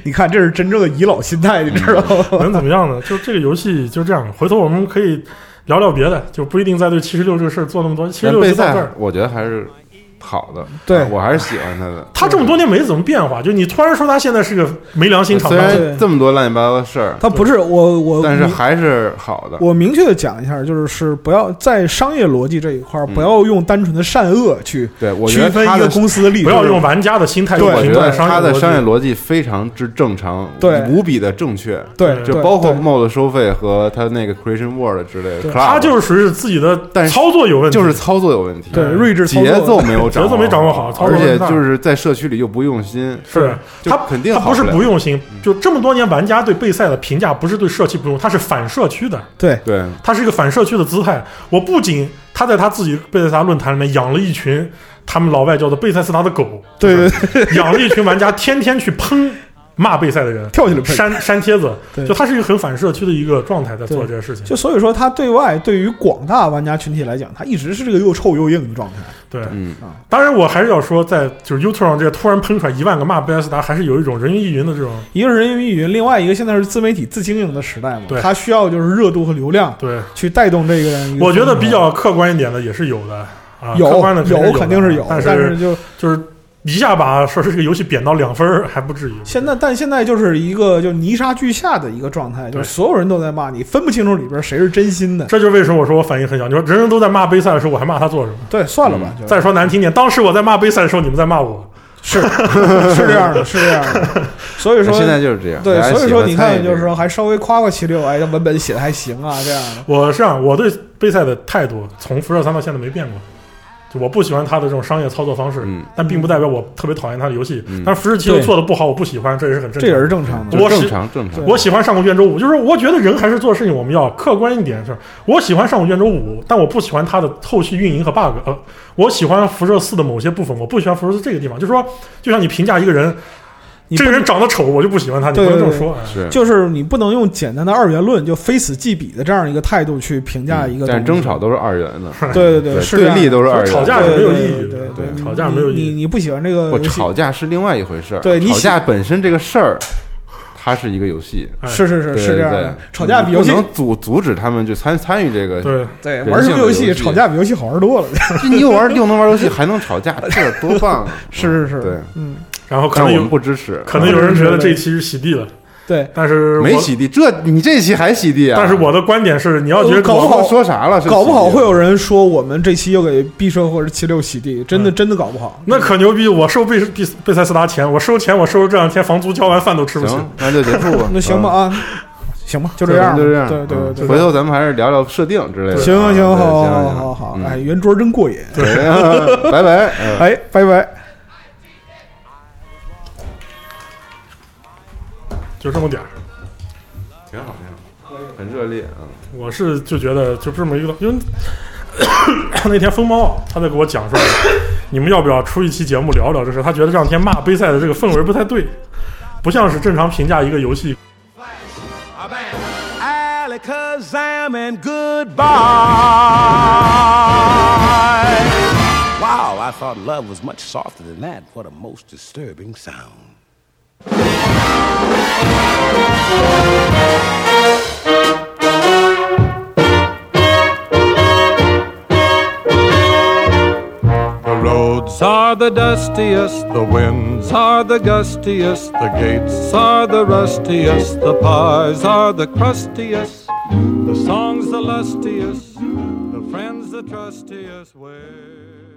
C: 你看，这是真正的倚老心态，你知道
B: 嗯
C: 吗？
D: 能怎么样呢？就这个游戏就这样。回头我们可以聊聊别的，就不一定再对七十六这个事儿做那么多。七十
B: 但
D: 六
B: 备
D: 就到这
B: 赛
D: 儿，
B: 我觉得还是好的，
C: 对
B: 啊我还是喜欢他的。
D: 他这么多年没怎么变化，就你突然说他现在是个没良心厂
B: 虽
D: 商，
B: 然这么多乱七八糟的事儿，
C: 他不是我，我
B: 但是
C: 明
B: 还是好的。
C: 我明确的讲一下，就是是不要在商业逻辑这一块儿，
B: 嗯
C: 不要用单纯的善恶去
B: 对，我
C: 区
B: 觉得
C: 分
B: 他
C: 一个
B: 的，
C: 公司的利润。
D: 不要用玩家的心态去
C: 对
B: 我
D: 评
B: 觉
D: 断
B: 得
D: 商
B: 他
D: 业
B: 的商业
D: 逻辑。
B: 逻辑非常之正常，
C: 对
B: 无比的正确。
C: 对，
D: 对
B: 就
C: 对
B: 包括
C: 对
B: mod 收费和他那个 creation word 之类的
C: 对
B: club，
D: 他就是属于自己的
B: 但是
D: 操作有问题，
B: 就是操作有问题，
C: 对睿智操作
B: 节奏没有掌握，
D: 节奏没掌握好操作
B: 而且
D: 问题大
B: 就是在社区里又不用心，
D: 是
B: 就
D: 他
B: 肯定
D: 他
B: 好
D: 不是
B: 了嗯
D: 不用心，就这么多年玩家对备赛的评价不是对社区不用，他是反社区的，
C: 对
B: 对
D: 他是一个反社区的姿态。我不仅他在他自己贝塞斯达论坛里面养了一群他们老外叫做贝塞斯达 的狗，
C: 对对，
D: 对，养了一群玩家天天去喷骂贝塞 的人，
C: 跳起来喷
D: 删删帖子
C: 对，
D: 就他是一个很反社区的一个状态在做
C: 对
D: 这些事情。
C: 就所以说，他对外对于广大玩家群体来讲，他一直是这个又臭又硬的状态。
D: 对，
B: 嗯，
D: 当然我还是要说，在就是 YouTube 上这突然喷出来一万个骂贝塞斯达，还是有一种人云亦云的这种
C: 一个是人云亦云，另外一个现在是自媒体自经营的时代嘛
D: 对，
C: 他需要就是热度和流量
D: 对。
C: 去带动这个人。
D: 我觉得比较客观一点的也是有的啊，
C: 有
D: 客观的
C: 有
D: 肯
C: 肯
D: 定
C: 定
D: 是
C: 是
D: 有
C: 有
D: 的，，
C: 但
D: 是
C: 就
D: 就是一下把说是这个游戏贬到两分儿还不至于。
C: 现在，但现在就是一个就泥沙俱下的一个状态，就是
D: 对
C: 所有人都在骂你，分不清楚里边谁是真心的。
D: 这就是为什么我说我反应很小。你说人人都在骂杯赛的时候，我还骂他做什么？
C: 对，算了吧，
D: 嗯再说难听点，当时我在骂杯赛的时候，你们在骂我。
C: 就是是这样的，是这样 的。所以说
B: 现在就是这样。
C: 对，
B: 大家
C: 所以
B: 喜
C: 说
B: 欢
C: 你
B: 参与
C: 看，
B: 这
C: 就
B: 个
C: 是说还稍微夸夸七六，哎，这文本写的还行啊，这样的。
D: 我是这样，我对杯赛的态度从辐射三到现在没变过，就我不喜欢他的这种商业操作方式，
B: 嗯
D: 但并不代表我特别讨厌他的游戏。
B: 嗯
D: 但是辐射七又
C: 对
D: 做的不好，我不喜欢，这也是很正常
C: 这
D: 的。
C: 也是正常的。
B: 就
D: 我是
B: 正常正常
C: 对。
D: 我喜欢上古卷轴五，就是我觉得人还是做事情我们要客观一点。就是我喜欢上古卷轴五，但我不喜欢它的后续运营和 bug。呃，我喜欢辐射四的某些部分，我不喜欢辐射四这个地方。就是说，就像你评价一个人，
C: 你
D: 这
C: 不
D: 个人长得丑，我就不喜欢他，你不
C: 对
D: 能这么
C: 对
D: 说。哎
B: 是
C: 就是你不能用简单的二元论，就非此即彼的这样一个态度去评价一个东西。
B: 嗯但是争吵都是二元的，
C: 对对是这
B: 对
C: 样
B: 立都是二元的，
D: 吵架
C: 对
D: 是没有
C: 对
D: 意义
C: 对
D: 的对
C: 对，
D: 吵架没有意义
C: 你你你不喜欢这个
B: 不
C: 游戏，
B: 吵架是另外一回事儿。
C: 对你
B: 吵
C: 喜
B: 架本身这个事儿，它是一个游戏，
D: 哎
C: 是是是
B: 对
C: 是这样
B: 对
C: 的。吵架比游戏
B: 你不能阻阻止他们去参参与这个。
D: 对，
C: 对
B: 人
C: 玩什
B: 性
C: 么
B: 的
C: 游
B: 游
C: 戏，
B: 戏
C: 吵架比游戏好玩多了。
B: 你又玩又能玩游戏，还能吵架，这多棒！啊！
C: 是是是，
B: 对，
C: 嗯，
D: 然后可
B: 但
D: 能
B: 我
D: 有
B: 们不支持，啊
D: 可能有人觉得
C: 对对对
D: 这一期是洗地了，
C: 对，
D: 但是我
B: 没洗地，这你这期还洗地啊？
D: 但是我的观点是，你要觉得
C: 搞不好
B: 我说啥了？是
C: 搞不好
B: 洗地啊
C: 会有人说我们这期又给毕设或者七六洗地，真的
D: 嗯
C: 真的搞不好。
D: 那可牛逼！我收贝贝贝塞斯达钱，我收钱，我收了这两天房租交完饭都吃不起。
B: 行， 那就结束吧
C: 。那行吧啊，行吧，就
B: 嗯，
C: 这样吧，
B: 就这样。嗯
C: 对对对
B: 回
C: 对。
B: 头咱们还是聊聊设定之类的。
C: 行行
B: 啊
C: 行，
B: 对
C: 好好
B: 行
C: 好好，哎，
B: 嗯
C: 圆桌真过瘾，
B: 行 拜拜。嗯
C: 哎，拜拜。
D: 就这么点儿。
B: 挺好，挺好，很热烈啊。
D: 我是就觉得就这么一个，因为 那天疯猫他在给我讲说，你们要不要出一期节目聊聊这事？他觉得这两天骂杯赛的这个氛围不太对，不像是正常评价一个游戏。
E: Alakazam and goodbye. Wow, I thought love was much softer than that. What a most disturbing sound.
F: The roads are the dustiest, the winds are the gustiest, the gates are the rustiest, the pies are the crustiest, the songs the lustiest, the friends the trustiest. Where...